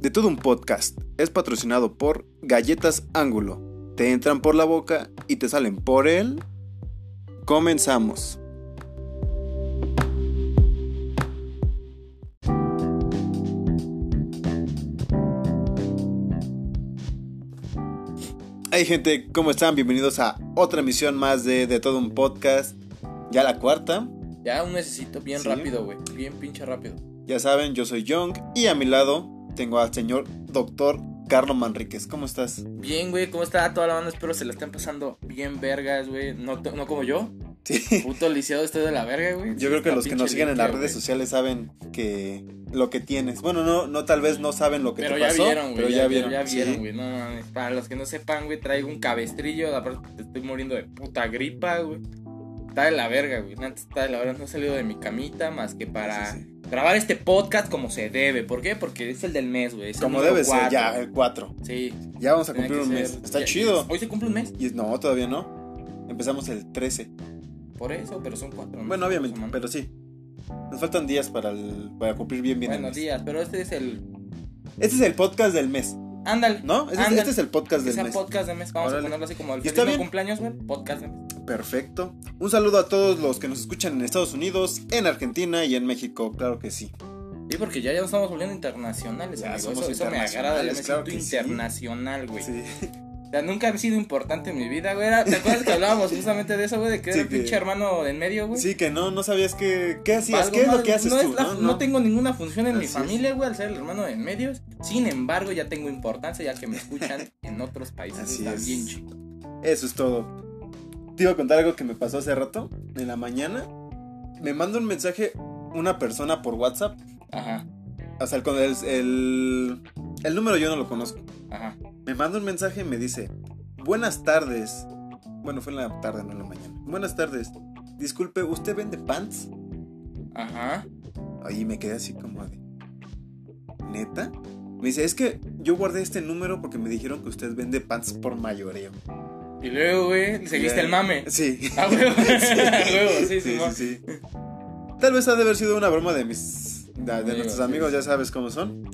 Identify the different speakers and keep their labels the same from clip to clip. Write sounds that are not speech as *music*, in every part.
Speaker 1: De todo un podcast es patrocinado por Galletas Ángulo. Te entran por la boca y te salen por el... Comenzamos. Hey gente, ¿cómo están? Bienvenidos a otra emisión más de De todo un podcast. Ya la cuarta.
Speaker 2: Ya un necesito bien
Speaker 1: Sí.
Speaker 2: rápido, güey. Bien pinche rápido.
Speaker 1: Ya saben, yo soy Young y a mi lado tengo al señor doctor Carlos Manríquez. ¿Cómo estás?
Speaker 2: Bien, güey, ¿cómo está toda la banda? Espero se la estén pasando bien vergas, güey. No, to- no como yo.
Speaker 1: Sí.
Speaker 2: Puto lisiado estoy de la verga, güey.
Speaker 1: Yo creo que
Speaker 2: Está
Speaker 1: los que
Speaker 2: pinche
Speaker 1: nos siguen en las
Speaker 2: limpio,
Speaker 1: redes
Speaker 2: güey.
Speaker 1: sociales saben que lo que tienes. Bueno, no, no tal vez no saben lo que
Speaker 2: Pero
Speaker 1: te
Speaker 2: ya
Speaker 1: pasó,
Speaker 2: vieron, güey.
Speaker 1: pero ya, vieron.
Speaker 2: Ya
Speaker 1: sí.
Speaker 2: vieron, güey. No mames. Para los que no sepan, güey, traigo un cabestrillo. Aparte, te estoy muriendo de puta gripa, güey. Está de la verga, güey. Antes está de la verga. No he salido de mi camita más que para
Speaker 1: Sí, sí,
Speaker 2: grabar este podcast como se debe. ¿Por qué? Porque es el del mes, güey. Es
Speaker 1: sí.
Speaker 2: el
Speaker 1: Como
Speaker 2: número
Speaker 1: debe ser,
Speaker 2: cuatro.
Speaker 1: ya el 4.
Speaker 2: Sí.
Speaker 1: Ya vamos a
Speaker 2: tenía
Speaker 1: cumplir
Speaker 2: que
Speaker 1: un mes.
Speaker 2: ser-
Speaker 1: Está
Speaker 2: ya-
Speaker 1: chido.
Speaker 2: Hoy se cumple un mes.
Speaker 1: Y no, todavía no. Empezamos el 13.
Speaker 2: Por eso, pero son cuatro. meses,
Speaker 1: Bueno, obviamente,
Speaker 2: más o
Speaker 1: pero
Speaker 2: menos.
Speaker 1: sí. Nos faltan días para, el- para cumplir bien bien el
Speaker 2: Buenos
Speaker 1: mes.
Speaker 2: días, pero este es el.
Speaker 1: Este es el podcast del mes,
Speaker 2: Ándale.
Speaker 1: ¿no? Este, es-
Speaker 2: Ándale.
Speaker 1: este es el podcast
Speaker 2: Que
Speaker 1: del
Speaker 2: sea
Speaker 1: mes.
Speaker 2: podcast de mes. Vamos
Speaker 1: Órale.
Speaker 2: a ponerlo así como el
Speaker 1: Y está
Speaker 2: feliz no
Speaker 1: bien.
Speaker 2: cumpleaños, güey. Podcast de mes.
Speaker 1: Perfecto. Un saludo a todos los que nos escuchan en Estados Unidos, en Argentina y en México, claro que sí.
Speaker 2: Sí, porque ya, ya nos estamos volviendo internacionales,
Speaker 1: Ya
Speaker 2: amigo.
Speaker 1: somos
Speaker 2: eso, eso me agrada. Ya me
Speaker 1: internacionales, claro
Speaker 2: siento
Speaker 1: que sí.
Speaker 2: internacional, güey.
Speaker 1: Sí.
Speaker 2: O sea, nunca he sido importante en mi vida, güey. Era- ¿Te acuerdas que hablábamos justamente de eso, güey? De que *laughs*
Speaker 1: Sí,
Speaker 2: era el
Speaker 1: que-
Speaker 2: pinche hermano en medio, güey.
Speaker 1: Sí, que no, no sabías qué, qué hacías,
Speaker 2: Valgo
Speaker 1: qué es lo
Speaker 2: madre,
Speaker 1: que haces
Speaker 2: Pues no es
Speaker 1: tú,
Speaker 2: la-
Speaker 1: ¿no?
Speaker 2: no tengo ninguna función en mi
Speaker 1: Así es.
Speaker 2: familia, güey, al ser el hermano de medios. Sin embargo, ya tengo importancia, ya que
Speaker 1: *laughs*
Speaker 2: me escuchan en otros países.
Speaker 1: Así
Speaker 2: Está
Speaker 1: es.
Speaker 2: bien chido.
Speaker 1: Eso es todo. Te iba a contar algo que me pasó hace rato, en la mañana. Me manda un mensaje una persona por WhatsApp,
Speaker 2: Ajá,
Speaker 1: o sea, con el, el, el número yo no lo conozco.
Speaker 2: ajá.
Speaker 1: Me manda un mensaje y me dice, buenas tardes. Bueno, fue en la tarde, no en la mañana. Buenas tardes. Disculpe, ¿usted vende pants?
Speaker 2: Ajá.
Speaker 1: Ahí me quedé así como de. ¿Neta? Me dice, es que yo guardé este número porque me dijeron que usted vende pants por mayoreo.
Speaker 2: Y luego, güey, seguiste
Speaker 1: Ya-
Speaker 2: el mame.
Speaker 1: *laughs* Sí.
Speaker 2: *laughs* A huevo. A huevo, sí,
Speaker 1: sí, sí,
Speaker 2: Simón.
Speaker 1: sí. Tal vez ha de haber sido una broma de mis. de, de
Speaker 2: Amigos,
Speaker 1: nuestros
Speaker 2: sí,
Speaker 1: amigos,
Speaker 2: sí.
Speaker 1: ya sabes cómo son.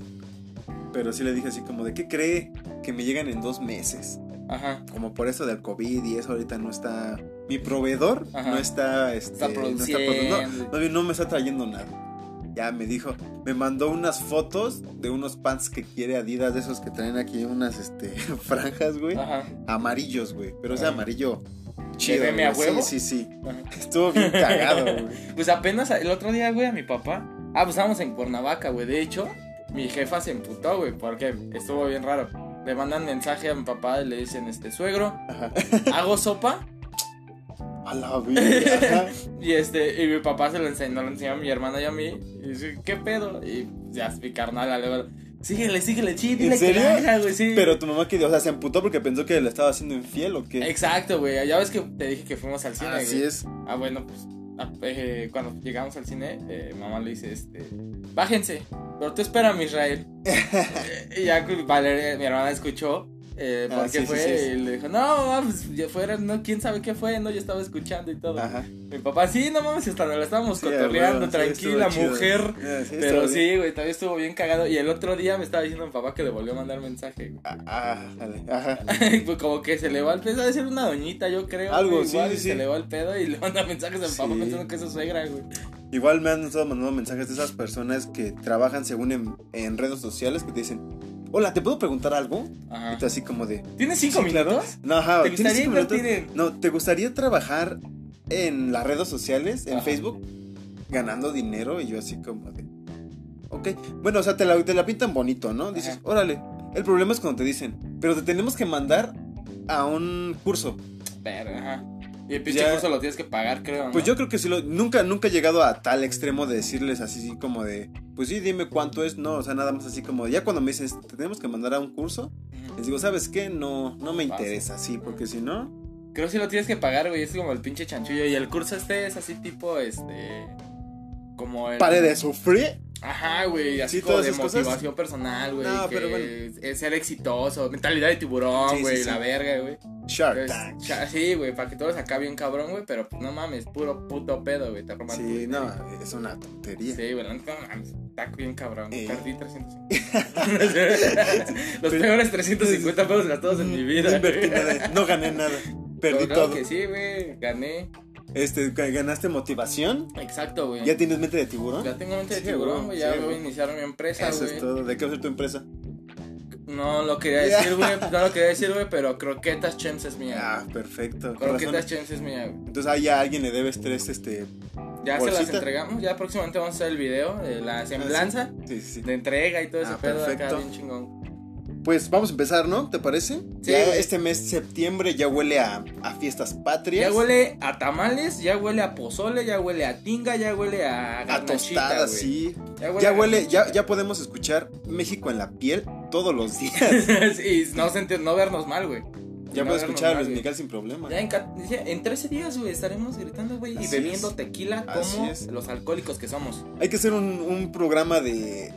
Speaker 1: Pero sí le dije así como, ¿de qué cree que me llegan en dos meses?
Speaker 2: Ajá.
Speaker 1: Como por eso del COVID y eso ahorita no está. Mi proveedor
Speaker 2: Ajá.
Speaker 1: no está. Este,
Speaker 2: Está
Speaker 1: no está
Speaker 2: produciendo.
Speaker 1: produ- no, no, no me está trayendo nada. Ya me dijo, me mandó unas fotos de unos pants que quiere Adidas, de esos que traen aquí unas este, *laughs* franjas, güey.
Speaker 2: Ajá.
Speaker 1: Amarillos, güey. Pero ese
Speaker 2: Ah.
Speaker 1: amarillo chido.
Speaker 2: meme a
Speaker 1: güey.
Speaker 2: huevo?
Speaker 1: Sí, sí, sí.
Speaker 2: ajá.
Speaker 1: Estuvo
Speaker 2: *laughs*
Speaker 1: bien cagado, güey.
Speaker 2: Pues apenas el otro día, güey, a mi papá. Ah, pues estábamos en Cuernavaca, güey. De hecho, mi jefa se emputó, güey, porque estuvo bien raro. Le mandan mensaje a mi papá y le dicen, este, suegro,
Speaker 1: Ajá.
Speaker 2: hago sopa.
Speaker 1: A la vida.
Speaker 2: *laughs*
Speaker 1: ajá.
Speaker 2: Y este, y mi papá se lo enseñó, lo enseñó a mi hermana y a mí. Y dice, ¿qué pedo? Y ya, mi carnal, le va- síguele, síguele, chi, dile que
Speaker 1: serio?
Speaker 2: la haga, güey, sí.
Speaker 1: Pero tu mamá que, o sea, se amputó porque pensó que le estaba haciendo infiel o qué.
Speaker 2: Exacto, güey. Ya ves que te dije que fuimos al cine,
Speaker 1: Así
Speaker 2: güey.
Speaker 1: es.
Speaker 2: Ah, bueno, pues ah, eh, cuando llegamos al cine, eh, mamá le dice, este, bájense, pero tú
Speaker 1: *laughs*
Speaker 2: espérame, Israel. Eh, y ya pues, Valeria, mi hermana, escuchó eh,
Speaker 1: Ah,
Speaker 2: por
Speaker 1: sí,
Speaker 2: qué
Speaker 1: sí,
Speaker 2: fue
Speaker 1: sí, sí.
Speaker 2: y le dijo, no, ah, pues ya fuera, no, quién sabe qué fue, no, yo estaba escuchando y todo.
Speaker 1: Ajá.
Speaker 2: Mi papá, sí, no mames, hasta nos la estábamos
Speaker 1: Sí,
Speaker 2: cotorreando,
Speaker 1: güey, sí,
Speaker 2: tranquila,
Speaker 1: estuvo chido.
Speaker 2: mujer.
Speaker 1: Ah, sí,
Speaker 2: Pero
Speaker 1: estuvo bien.
Speaker 2: sí, güey, todavía estuvo bien cagado. Y el otro día me estaba diciendo mi papá que le volvió a mandar mensaje, güey. *laughs*
Speaker 1: Ah, ah, dale, Ajá.
Speaker 2: Pues como que se le va el pedo. Debe ser una doñita, yo creo.
Speaker 1: Algo,
Speaker 2: güey,
Speaker 1: sí,
Speaker 2: igual,
Speaker 1: sí,
Speaker 2: y
Speaker 1: sí.
Speaker 2: Se le va el pedo y le manda mensajes a mi papá
Speaker 1: Sí.
Speaker 2: pensando que es su suegra, güey.
Speaker 1: Igual me han estado mandando mensajes de esas personas que trabajan según en, en redes sociales que te dicen, hola, ¿te puedo preguntar algo?
Speaker 2: Ajá.
Speaker 1: Y tú así como de...
Speaker 2: ¿Tienes cinco
Speaker 1: "Sí, claro".
Speaker 2: minutos?
Speaker 1: No, ajá,
Speaker 2: ¿Te
Speaker 1: ¿tienes
Speaker 2: gustaría
Speaker 1: cinco minutos?
Speaker 2: invertir en-
Speaker 1: No, ¿te gustaría trabajar en las redes sociales, en
Speaker 2: Ajá.
Speaker 1: Facebook, ganando dinero? Y yo así como de... Ok, bueno, o sea, te la, te la pintan bonito, ¿no? Dices,
Speaker 2: Ajá.
Speaker 1: órale. El problema es cuando te dicen, pero te tenemos que mandar a un curso.
Speaker 2: Pero, ajá. Y el pinche
Speaker 1: Ya.
Speaker 2: curso lo tienes que pagar, creo. ¿no?
Speaker 1: Pues yo creo que sí lo, nunca, nunca he llegado a tal extremo de decirles así como de, pues sí, dime cuánto es, no, o sea, nada más así como, ya cuando me dices, te tenemos que mandar a un curso,
Speaker 2: Ujú.
Speaker 1: les digo, ¿sabes qué? No, no me
Speaker 2: Paso.
Speaker 1: interesa, sí, porque si no,
Speaker 2: Creo que sí lo tienes que pagar, güey. Es como el pinche chanchullo. Y el curso este es así tipo, este. Como el.
Speaker 1: pare de sufrir.
Speaker 2: Ajá, güey, así
Speaker 1: Ah, Sí,
Speaker 2: como
Speaker 1: todas
Speaker 2: de
Speaker 1: esas cosas.
Speaker 2: motivación personal, güey.
Speaker 1: No,
Speaker 2: que
Speaker 1: pero bueno.
Speaker 2: es- es ser exitoso, mentalidad de tiburón,
Speaker 1: Sí, sí,
Speaker 2: güey,
Speaker 1: sí.
Speaker 2: la verga, güey.
Speaker 1: Shark
Speaker 2: Entonces,
Speaker 1: Tank.
Speaker 2: cha- Sí, güey, para que todo les acabe bien cabrón, güey, pero pues, no mames, puro puto pedo, güey, te roban tu
Speaker 1: Sí,
Speaker 2: dinero.
Speaker 1: no, es una tontería.
Speaker 2: Sí, güey, la neta, no mames, está bien cabrón,
Speaker 1: Eh.
Speaker 2: perdí
Speaker 1: *laughs*
Speaker 2: 350. *laughs* Los peores 350 pesos gastados en mi vida.
Speaker 1: No *laughs* invertí
Speaker 2: güey.
Speaker 1: nada, no gané nada.
Speaker 2: Pero
Speaker 1: Perdí
Speaker 2: claro
Speaker 1: todo.
Speaker 2: que sí, güey, gané.
Speaker 1: Este, ganaste motivación.
Speaker 2: Exacto, güey.
Speaker 1: ¿Ya tienes mente de tiburón?
Speaker 2: Ya tengo mente de
Speaker 1: Sí,
Speaker 2: tiburón,
Speaker 1: güey,
Speaker 2: güey,
Speaker 1: sí,
Speaker 2: ya
Speaker 1: güey.
Speaker 2: voy a iniciar mi empresa,
Speaker 1: Eso
Speaker 2: güey.
Speaker 1: es todo. ¿De qué va a ser tu empresa?
Speaker 2: No lo quería decir, güey. No lo quería decir, güey, pero Croquetas Chems es mía.
Speaker 1: Ah, perfecto.
Speaker 2: güey.
Speaker 1: con razón.
Speaker 2: croquetas Chems es mía, güey.
Speaker 1: Entonces ahí a alguien le debes tres, este...
Speaker 2: Ya se las
Speaker 1: Bolsita. Ah,
Speaker 2: entregamos. Ya próximamente vamos a hacer el video de la semblanza,
Speaker 1: Sí, sí, sí.
Speaker 2: de entrega y todo ese
Speaker 1: Ah,
Speaker 2: pedo acá,
Speaker 1: perfecto.
Speaker 2: bien chingón.
Speaker 1: Pues vamos a empezar, ¿no? ¿Te parece?
Speaker 2: Sí,
Speaker 1: ya
Speaker 2: güey.
Speaker 1: este mes, septiembre, ya huele a, a fiestas patrias.
Speaker 2: Ya huele a tamales, ya huele a pozole, ya huele a tinga, ya huele a
Speaker 1: a
Speaker 2: garnachita,
Speaker 1: tostadas,
Speaker 2: güey.
Speaker 1: sí.
Speaker 2: a
Speaker 1: Ya
Speaker 2: *laughs*
Speaker 1: huele, ya,
Speaker 2: garnachita.
Speaker 1: ya podemos escuchar México en la piel todos los
Speaker 2: *laughs*
Speaker 1: días.
Speaker 2: y no, se entiende- no vernos mal, güey.
Speaker 1: ya
Speaker 2: No
Speaker 1: puedo
Speaker 2: vernos
Speaker 1: escuchar a
Speaker 2: mal,
Speaker 1: Luis
Speaker 2: güey.
Speaker 1: Miguel sin problema.
Speaker 2: Ya en, ca- ya en 13 días, güey, estaremos gritando, güey, y
Speaker 1: Así
Speaker 2: bebiendo
Speaker 1: es.
Speaker 2: tequila
Speaker 1: Así
Speaker 2: como
Speaker 1: es.
Speaker 2: los alcohólicos que somos.
Speaker 1: Hay que hacer un, un programa de...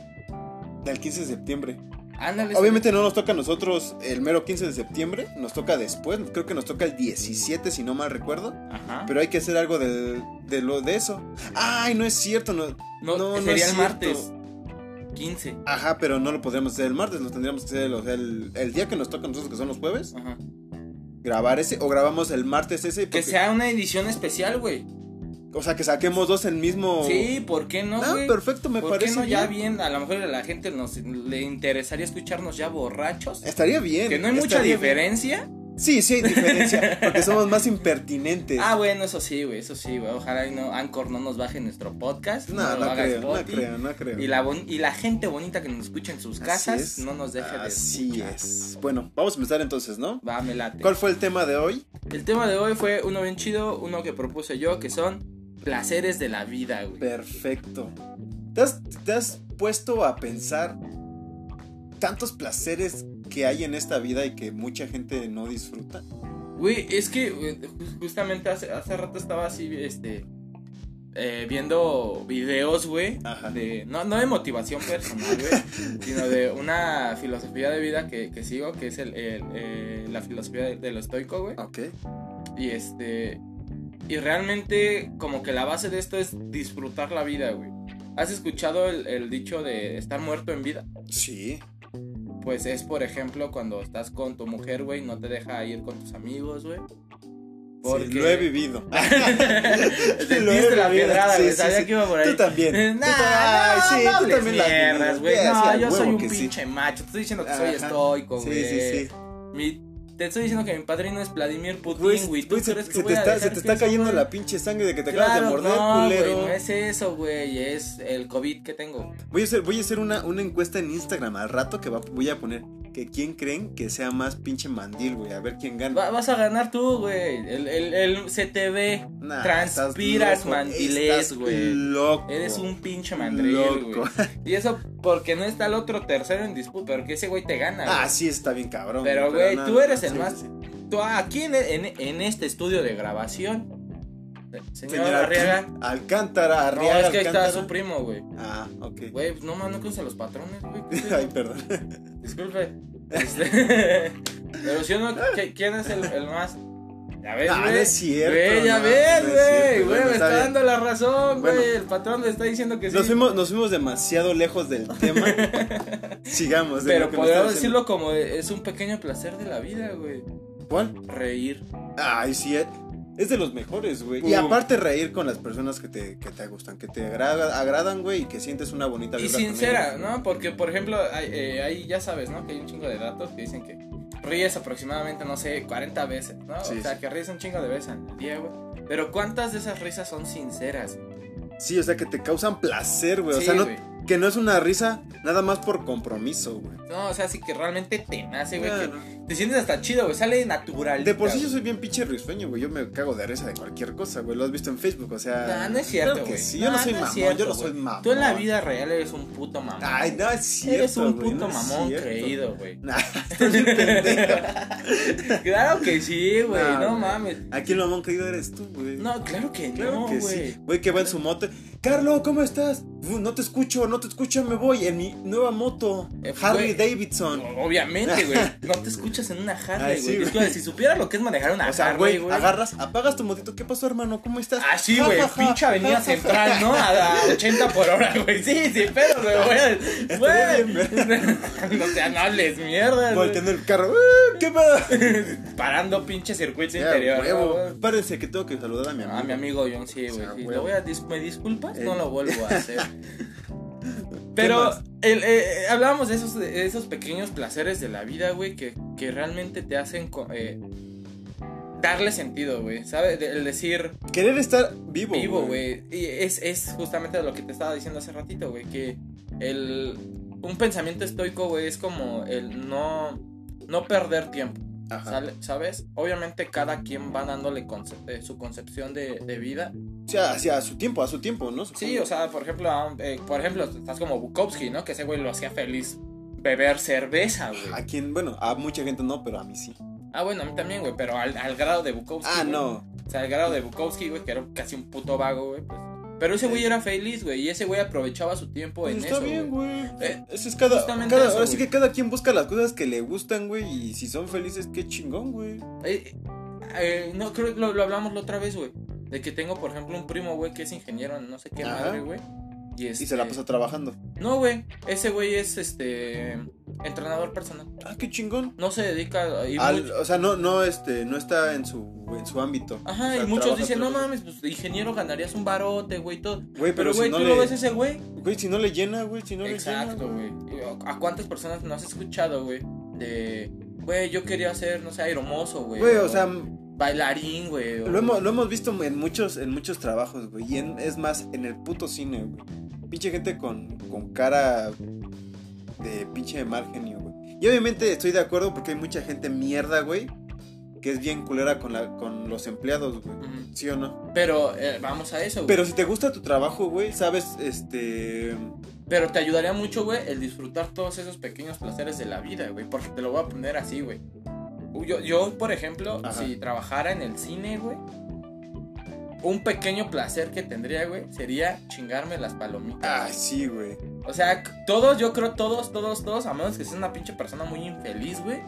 Speaker 1: Del 15 de septiembre.
Speaker 2: Ándale.
Speaker 1: Obviamente no nos toca a nosotros el mero 15 de septiembre, nos toca después, creo que nos toca el 17 si no mal recuerdo,
Speaker 2: Ajá.
Speaker 1: pero hay que hacer algo del- de lo de eso. Ay, no es cierto, no,
Speaker 2: No,
Speaker 1: No, no
Speaker 2: sería
Speaker 1: es
Speaker 2: el
Speaker 1: cierto.
Speaker 2: martes 15.
Speaker 1: Ajá, pero no lo podríamos hacer el martes, lo tendríamos que hacer o sea, el, el día que nos toca a nosotros, que son los jueves,
Speaker 2: Ajá.
Speaker 1: grabar ese, o grabamos el martes ese,
Speaker 2: Que
Speaker 1: porque-
Speaker 2: sea una edición especial, güey.
Speaker 1: o sea, que saquemos dos el mismo...
Speaker 2: Sí, ¿por qué no,
Speaker 1: Ah,
Speaker 2: güey?
Speaker 1: perfecto, me
Speaker 2: ¿Por
Speaker 1: parece
Speaker 2: qué no ya
Speaker 1: bien.
Speaker 2: bien? A lo mejor a la gente nos le interesaría escucharnos ya borrachos.
Speaker 1: Estaría bien.
Speaker 2: Que no hay mucha
Speaker 1: estaría bien.
Speaker 2: diferencia.
Speaker 1: Sí, sí hay diferencia, porque somos más impertinentes.
Speaker 2: Ah, bueno, eso sí, güey, eso sí, güey. Ojalá y no Anchor no nos baje nuestro podcast.
Speaker 1: no, no,
Speaker 2: lo haga
Speaker 1: creo, no
Speaker 2: Spotify.
Speaker 1: creo, no creo.
Speaker 2: Y la, bon- y la gente bonita que nos escucha en sus
Speaker 1: Así
Speaker 2: casas
Speaker 1: es.
Speaker 2: no nos deje de
Speaker 1: Así
Speaker 2: escuchar.
Speaker 1: es. Bueno, vamos a empezar entonces, ¿no?
Speaker 2: Va, me late.
Speaker 1: ¿Cuál fue el tema de hoy?
Speaker 2: El tema de hoy fue uno bien chido, uno que propuse yo, que son placeres de la vida, güey.
Speaker 1: Perfecto. ¿Te has, te has puesto a pensar tantos placeres que hay en esta vida y que mucha gente no disfruta?
Speaker 2: Güey, es que güey, ju- justamente hace, hace rato estaba así, este, eh, viendo videos, güey,
Speaker 1: Ajá.
Speaker 2: de, no, no de motivación
Speaker 1: *laughs*
Speaker 2: personal, güey, sino de una filosofía de vida que, que sigo, que es el, el, eh, la filosofía de, de lo estoico, güey.
Speaker 1: Ok.
Speaker 2: Y este. Y realmente, como que la base de esto es disfrutar la vida, güey. ¿Has escuchado el, el dicho de estar muerto en vida?
Speaker 1: Sí.
Speaker 2: Pues es, por ejemplo, cuando estás con tu mujer, güey, no te deja ir con tus amigos, güey. Porque.
Speaker 1: Sí, lo he
Speaker 2: *laughs*
Speaker 1: vivido. *laughs*
Speaker 2: Sentiste
Speaker 1: Lo he
Speaker 2: la
Speaker 1: vivido,
Speaker 2: piedrada,
Speaker 1: sí,
Speaker 2: güey.
Speaker 1: sí,
Speaker 2: Sabía
Speaker 1: sí.
Speaker 2: que iba por ahí.
Speaker 1: Tú también. Tú
Speaker 2: *laughs* Nah,
Speaker 1: ta- Ay,
Speaker 2: no,
Speaker 1: sí,
Speaker 2: no
Speaker 1: tú
Speaker 2: hables
Speaker 1: también las vives.
Speaker 2: mierdas, güey.
Speaker 1: Ya,
Speaker 2: No,
Speaker 1: sí, a
Speaker 2: yo soy
Speaker 1: huevo
Speaker 2: un
Speaker 1: que sí.
Speaker 2: pinche macho. Te estoy diciendo que soy
Speaker 1: Ajá.
Speaker 2: estoico,
Speaker 1: Sí,
Speaker 2: güey.
Speaker 1: sí, sí.
Speaker 2: Mi- te estoy diciendo que mi padrino es Vladimir
Speaker 1: Güey,
Speaker 2: Putin, güey. ¿Tú
Speaker 1: güey, se,
Speaker 2: crees
Speaker 1: pues, se
Speaker 2: que voy
Speaker 1: te
Speaker 2: a
Speaker 1: está,
Speaker 2: dejar
Speaker 1: se te
Speaker 2: que
Speaker 1: está
Speaker 2: eso,
Speaker 1: cayendo
Speaker 2: güey?
Speaker 1: la pinche sangre de que te acabas de
Speaker 2: Claro,
Speaker 1: morder,
Speaker 2: no, güey,
Speaker 1: culero.
Speaker 2: no es eso, güey. Es el COVID que tengo.
Speaker 1: Voy a hacer, voy a hacer una, una encuesta en Instagram al rato que va- voy a poner que quién creen que sea más pinche mandil, güey. A ver quién gana.
Speaker 2: Va- vas a ganar tú, güey. El, el, el CTV.
Speaker 1: Nah,
Speaker 2: transpiras
Speaker 1: estás loco,
Speaker 2: mandilés,
Speaker 1: estás
Speaker 2: güey.
Speaker 1: Loco.
Speaker 2: Eres un pinche mandril, güey.
Speaker 1: Loco.
Speaker 2: Y eso porque no está el otro tercero en disputa, porque ese güey te gana.
Speaker 1: Ah,
Speaker 2: güey.
Speaker 1: sí, está bien cabrón.
Speaker 2: Pero, güey,
Speaker 1: no,
Speaker 2: tú
Speaker 1: no,
Speaker 2: eres
Speaker 1: sí,
Speaker 2: el más-
Speaker 1: sí, sí.
Speaker 2: Tú aquí en, en- en este estudio de grabación. Señor
Speaker 1: Señor
Speaker 2: Arriaga.
Speaker 1: Alc- Alcántara,
Speaker 2: No,
Speaker 1: Arriaga.
Speaker 2: es que ahí está
Speaker 1: Alcántara.
Speaker 2: su primo, güey.
Speaker 1: Ah, ok.
Speaker 2: Güey, pues no mames, no cruza los patrones, güey. ¿Qué
Speaker 1: *laughs*
Speaker 2: pedo?
Speaker 1: Ay, perdón. *laughs*
Speaker 2: Disculpe. Este, *laughs* Pero si uno, ¿qui- ¿quién es el, el más? Ya ves,
Speaker 1: No, no
Speaker 2: güey.
Speaker 1: es cierto,
Speaker 2: Güey, ya
Speaker 1: no,
Speaker 2: ves,
Speaker 1: no es
Speaker 2: güey.
Speaker 1: cierto.
Speaker 2: Güey,
Speaker 1: Bueno, está
Speaker 2: me está
Speaker 1: bien.
Speaker 2: dando la razón, güey.
Speaker 1: Bueno.
Speaker 2: El patrón le está diciendo que sí.
Speaker 1: Nos fuimos, nos fuimos demasiado lejos del
Speaker 2: *laughs*
Speaker 1: tema. Sigamos. de
Speaker 2: Pero
Speaker 1: lo que nos
Speaker 2: podría
Speaker 1: estabas
Speaker 2: decirlo como de- es un pequeño placer de la vida, güey.
Speaker 1: diciendo. ¿Cuál?
Speaker 2: Reír.
Speaker 1: Ay, sí, eh, es de los mejores, güey. Y
Speaker 2: Pum.
Speaker 1: aparte reír con las personas que te, que te gustan, que te agrada- agradan, güey, y que sientes una bonita
Speaker 2: Y
Speaker 1: vibra con
Speaker 2: sincera,
Speaker 1: ellos.
Speaker 2: ¿no? Porque, por ejemplo, hay, eh, hay- ya sabes, ¿no? Que hay un chingo de datos que dicen que ríes aproximadamente, no sé, 40 veces, ¿no?
Speaker 1: Sí,
Speaker 2: o sea,
Speaker 1: sí.
Speaker 2: que ríes un chingo de veces al día, güey. Pero ¿cuántas de esas risas son sinceras?
Speaker 1: Sí, o sea, que te causan placer, güey.
Speaker 2: Sí,
Speaker 1: Pues, o sea, no-
Speaker 2: güey.
Speaker 1: que no es una risa nada más por compromiso, güey.
Speaker 2: No, o sea, sí que realmente te nace, güey. que
Speaker 1: Bueno,
Speaker 2: Te sientes hasta chido, güey. Sale natural.
Speaker 1: de por sí yo soy bien pinche risueño, güey. Yo me cago de risa de cualquier cosa, güey. Lo has visto en Facebook, o sea.
Speaker 2: No, no es cierto,
Speaker 1: claro que
Speaker 2: güey.
Speaker 1: sí, yo no soy
Speaker 2: es
Speaker 1: mamón,
Speaker 2: cierto,
Speaker 1: yo no
Speaker 2: güey.
Speaker 1: soy mamón.
Speaker 2: Tú en la vida real eres un puto mamón.
Speaker 1: Ay, no es cierto.
Speaker 2: Eres un
Speaker 1: güey, no
Speaker 2: puto
Speaker 1: es
Speaker 2: mamón
Speaker 1: cierto.
Speaker 2: creído, güey.
Speaker 1: Nah, *laughs* estás bien pendejo.
Speaker 2: claro que sí, güey.
Speaker 1: *laughs* No,
Speaker 2: No,
Speaker 1: güey.
Speaker 2: mames.
Speaker 1: Aquí el mamón creído eres tú, güey.
Speaker 2: No, claro que
Speaker 1: Claro
Speaker 2: no,
Speaker 1: que
Speaker 2: güey.
Speaker 1: sí. Güey, que va en su moto. Carlo, ¿cómo estás? "Uf, no te escucho, no te escucho, me voy en mi nueva moto,
Speaker 2: Eh,
Speaker 1: Harley
Speaker 2: güey.
Speaker 1: Davidson.
Speaker 2: Obviamente, güey. No te escuchas en una Harley,
Speaker 1: Ay, sí,
Speaker 2: güey. Es
Speaker 1: güey.
Speaker 2: como si supieras lo que es manejar una
Speaker 1: O sea,
Speaker 2: Harley,
Speaker 1: güey,
Speaker 2: güey.
Speaker 1: agarras, apagas tu motito. ¿Qué pasó, hermano? ¿Cómo estás?
Speaker 2: Así,
Speaker 1: Ja, *laughs*
Speaker 2: güey,
Speaker 1: ja, ja,
Speaker 2: pinche avenida
Speaker 1: ja, ja,
Speaker 2: central, ¿no? A, a 80 por hora, güey. Sí, sí, pero, güey. Güey. *laughs* No sean hables, mierda.
Speaker 1: ja.
Speaker 2: güey.
Speaker 1: Volteando el carro. "Ah, ¿Qué pasa?
Speaker 2: Parando pinche circuito
Speaker 1: Ya,
Speaker 2: interior. ¿no,
Speaker 1: huevo.
Speaker 2: güey?
Speaker 1: Párense que tengo que saludar a mi amigo.
Speaker 2: Ah, mi amigo John, sí,
Speaker 1: O
Speaker 2: güey.
Speaker 1: sea,
Speaker 2: sí.
Speaker 1: güey.
Speaker 2: Lo voy a dis- ¿Me disculpas? No
Speaker 1: Eh.
Speaker 2: lo vuelvo a hacer. *laughs* Pero
Speaker 1: más?
Speaker 2: el, eh, hablábamos de esos, de esos pequeños placeres de la vida, güey, que, que realmente te hacen co- eh, darle sentido, güey. ¿Sabes? De- El decir
Speaker 1: Querer estar vivo.
Speaker 2: vivo, güey. Y es, es justamente lo que te estaba diciendo hace ratito, güey. Que el, un pensamiento estoico, güey, es como el no, no perder tiempo.
Speaker 1: Ajá.
Speaker 2: ¿Sale? ¿Sabes? Obviamente cada quien va dándole conce- eh, su concepción de, de vida.
Speaker 1: O sea, hacia su tiempo, a su tiempo, ¿no? Supongo.
Speaker 2: Sí, o sea, por ejemplo, a un- eh, por ejemplo, estás como Bukowski, ¿no? Que ese güey lo hacía feliz beber cerveza, güey.
Speaker 1: A quien, bueno, a mucha gente no, pero a mí sí.
Speaker 2: Ah, bueno, a mí también, güey, pero al, al grado de Bukowski.
Speaker 1: Ah,
Speaker 2: güey.
Speaker 1: no.
Speaker 2: O sea, al grado de Bukowski, güey, que era casi un puto vago, güey. pues. Pero ese güey era feliz, güey, y ese güey aprovechaba su tiempo
Speaker 1: Pues
Speaker 2: en
Speaker 1: está
Speaker 2: eso.
Speaker 1: bien,
Speaker 2: güey.
Speaker 1: güey.
Speaker 2: Eh,
Speaker 1: eso es cada.
Speaker 2: justamente
Speaker 1: cada-
Speaker 2: eso,
Speaker 1: ahora sí
Speaker 2: güey.
Speaker 1: que cada quien busca las cosas que le gustan, güey. Y si son felices, qué chingón, güey.
Speaker 2: Eh, eh, no, creo que lo, lo hablamos la otra vez, güey. De que tengo, por ejemplo, un primo, güey, que es ingeniero en no sé qué
Speaker 1: Ajá.
Speaker 2: madre, güey. Y,
Speaker 1: Y se la
Speaker 2: este-
Speaker 1: pasa trabajando.
Speaker 2: No, güey, ese güey es este. entrenador personal.
Speaker 1: Ah, qué chingón.
Speaker 2: No se dedica a. y
Speaker 1: Al-
Speaker 2: mucho-
Speaker 1: o sea, no, no, este, no está en su, en su ámbito.
Speaker 2: Ajá,
Speaker 1: O sea,
Speaker 2: y muchos
Speaker 1: trabaja
Speaker 2: dicen,
Speaker 1: otra
Speaker 2: no
Speaker 1: cosa.
Speaker 2: mames, pues de ingeniero ganarías un barote, güey, y todo.
Speaker 1: Güey, pero,
Speaker 2: Pero, güey,
Speaker 1: si no
Speaker 2: tú
Speaker 1: le.
Speaker 2: lo ves ese güey.
Speaker 1: Güey, si no le llena, güey, si no le
Speaker 2: Exacto,
Speaker 1: llena.
Speaker 2: güey. Y, ¿A cuántas personas no has escuchado, güey? De, güey, yo quería ser, no sé, aeromozo, güey.
Speaker 1: Güey, o sea,
Speaker 2: Bailarín, güey. o-
Speaker 1: lo hemos, lo hemos visto en muchos, en muchos trabajos, güey. Y en- es más, en el puto cine, güey. Pinche gente con, con cara de pinche de mal genio, güey. Y obviamente estoy de acuerdo porque hay mucha gente mierda, güey. Que es bien culera con, la, con los empleados, güey.
Speaker 2: Ujú.
Speaker 1: ¿Sí o no?
Speaker 2: Pero eh, vamos a eso, güey.
Speaker 1: Pero si te gusta tu trabajo, güey, sabes, este...
Speaker 2: Pero te ayudaría mucho, güey, el disfrutar todos esos pequeños placeres de la vida, güey. Porque te lo voy a poner así, güey. Yo, yo, por ejemplo,
Speaker 1: Ajá.
Speaker 2: si trabajara en el cine, güey, un pequeño placer que tendría, güey, sería chingarme las palomitas.
Speaker 1: Ah, sí, güey.
Speaker 2: O sea, c- todos, yo creo, todos, todos, todos, a menos que seas una pinche persona muy infeliz, güey.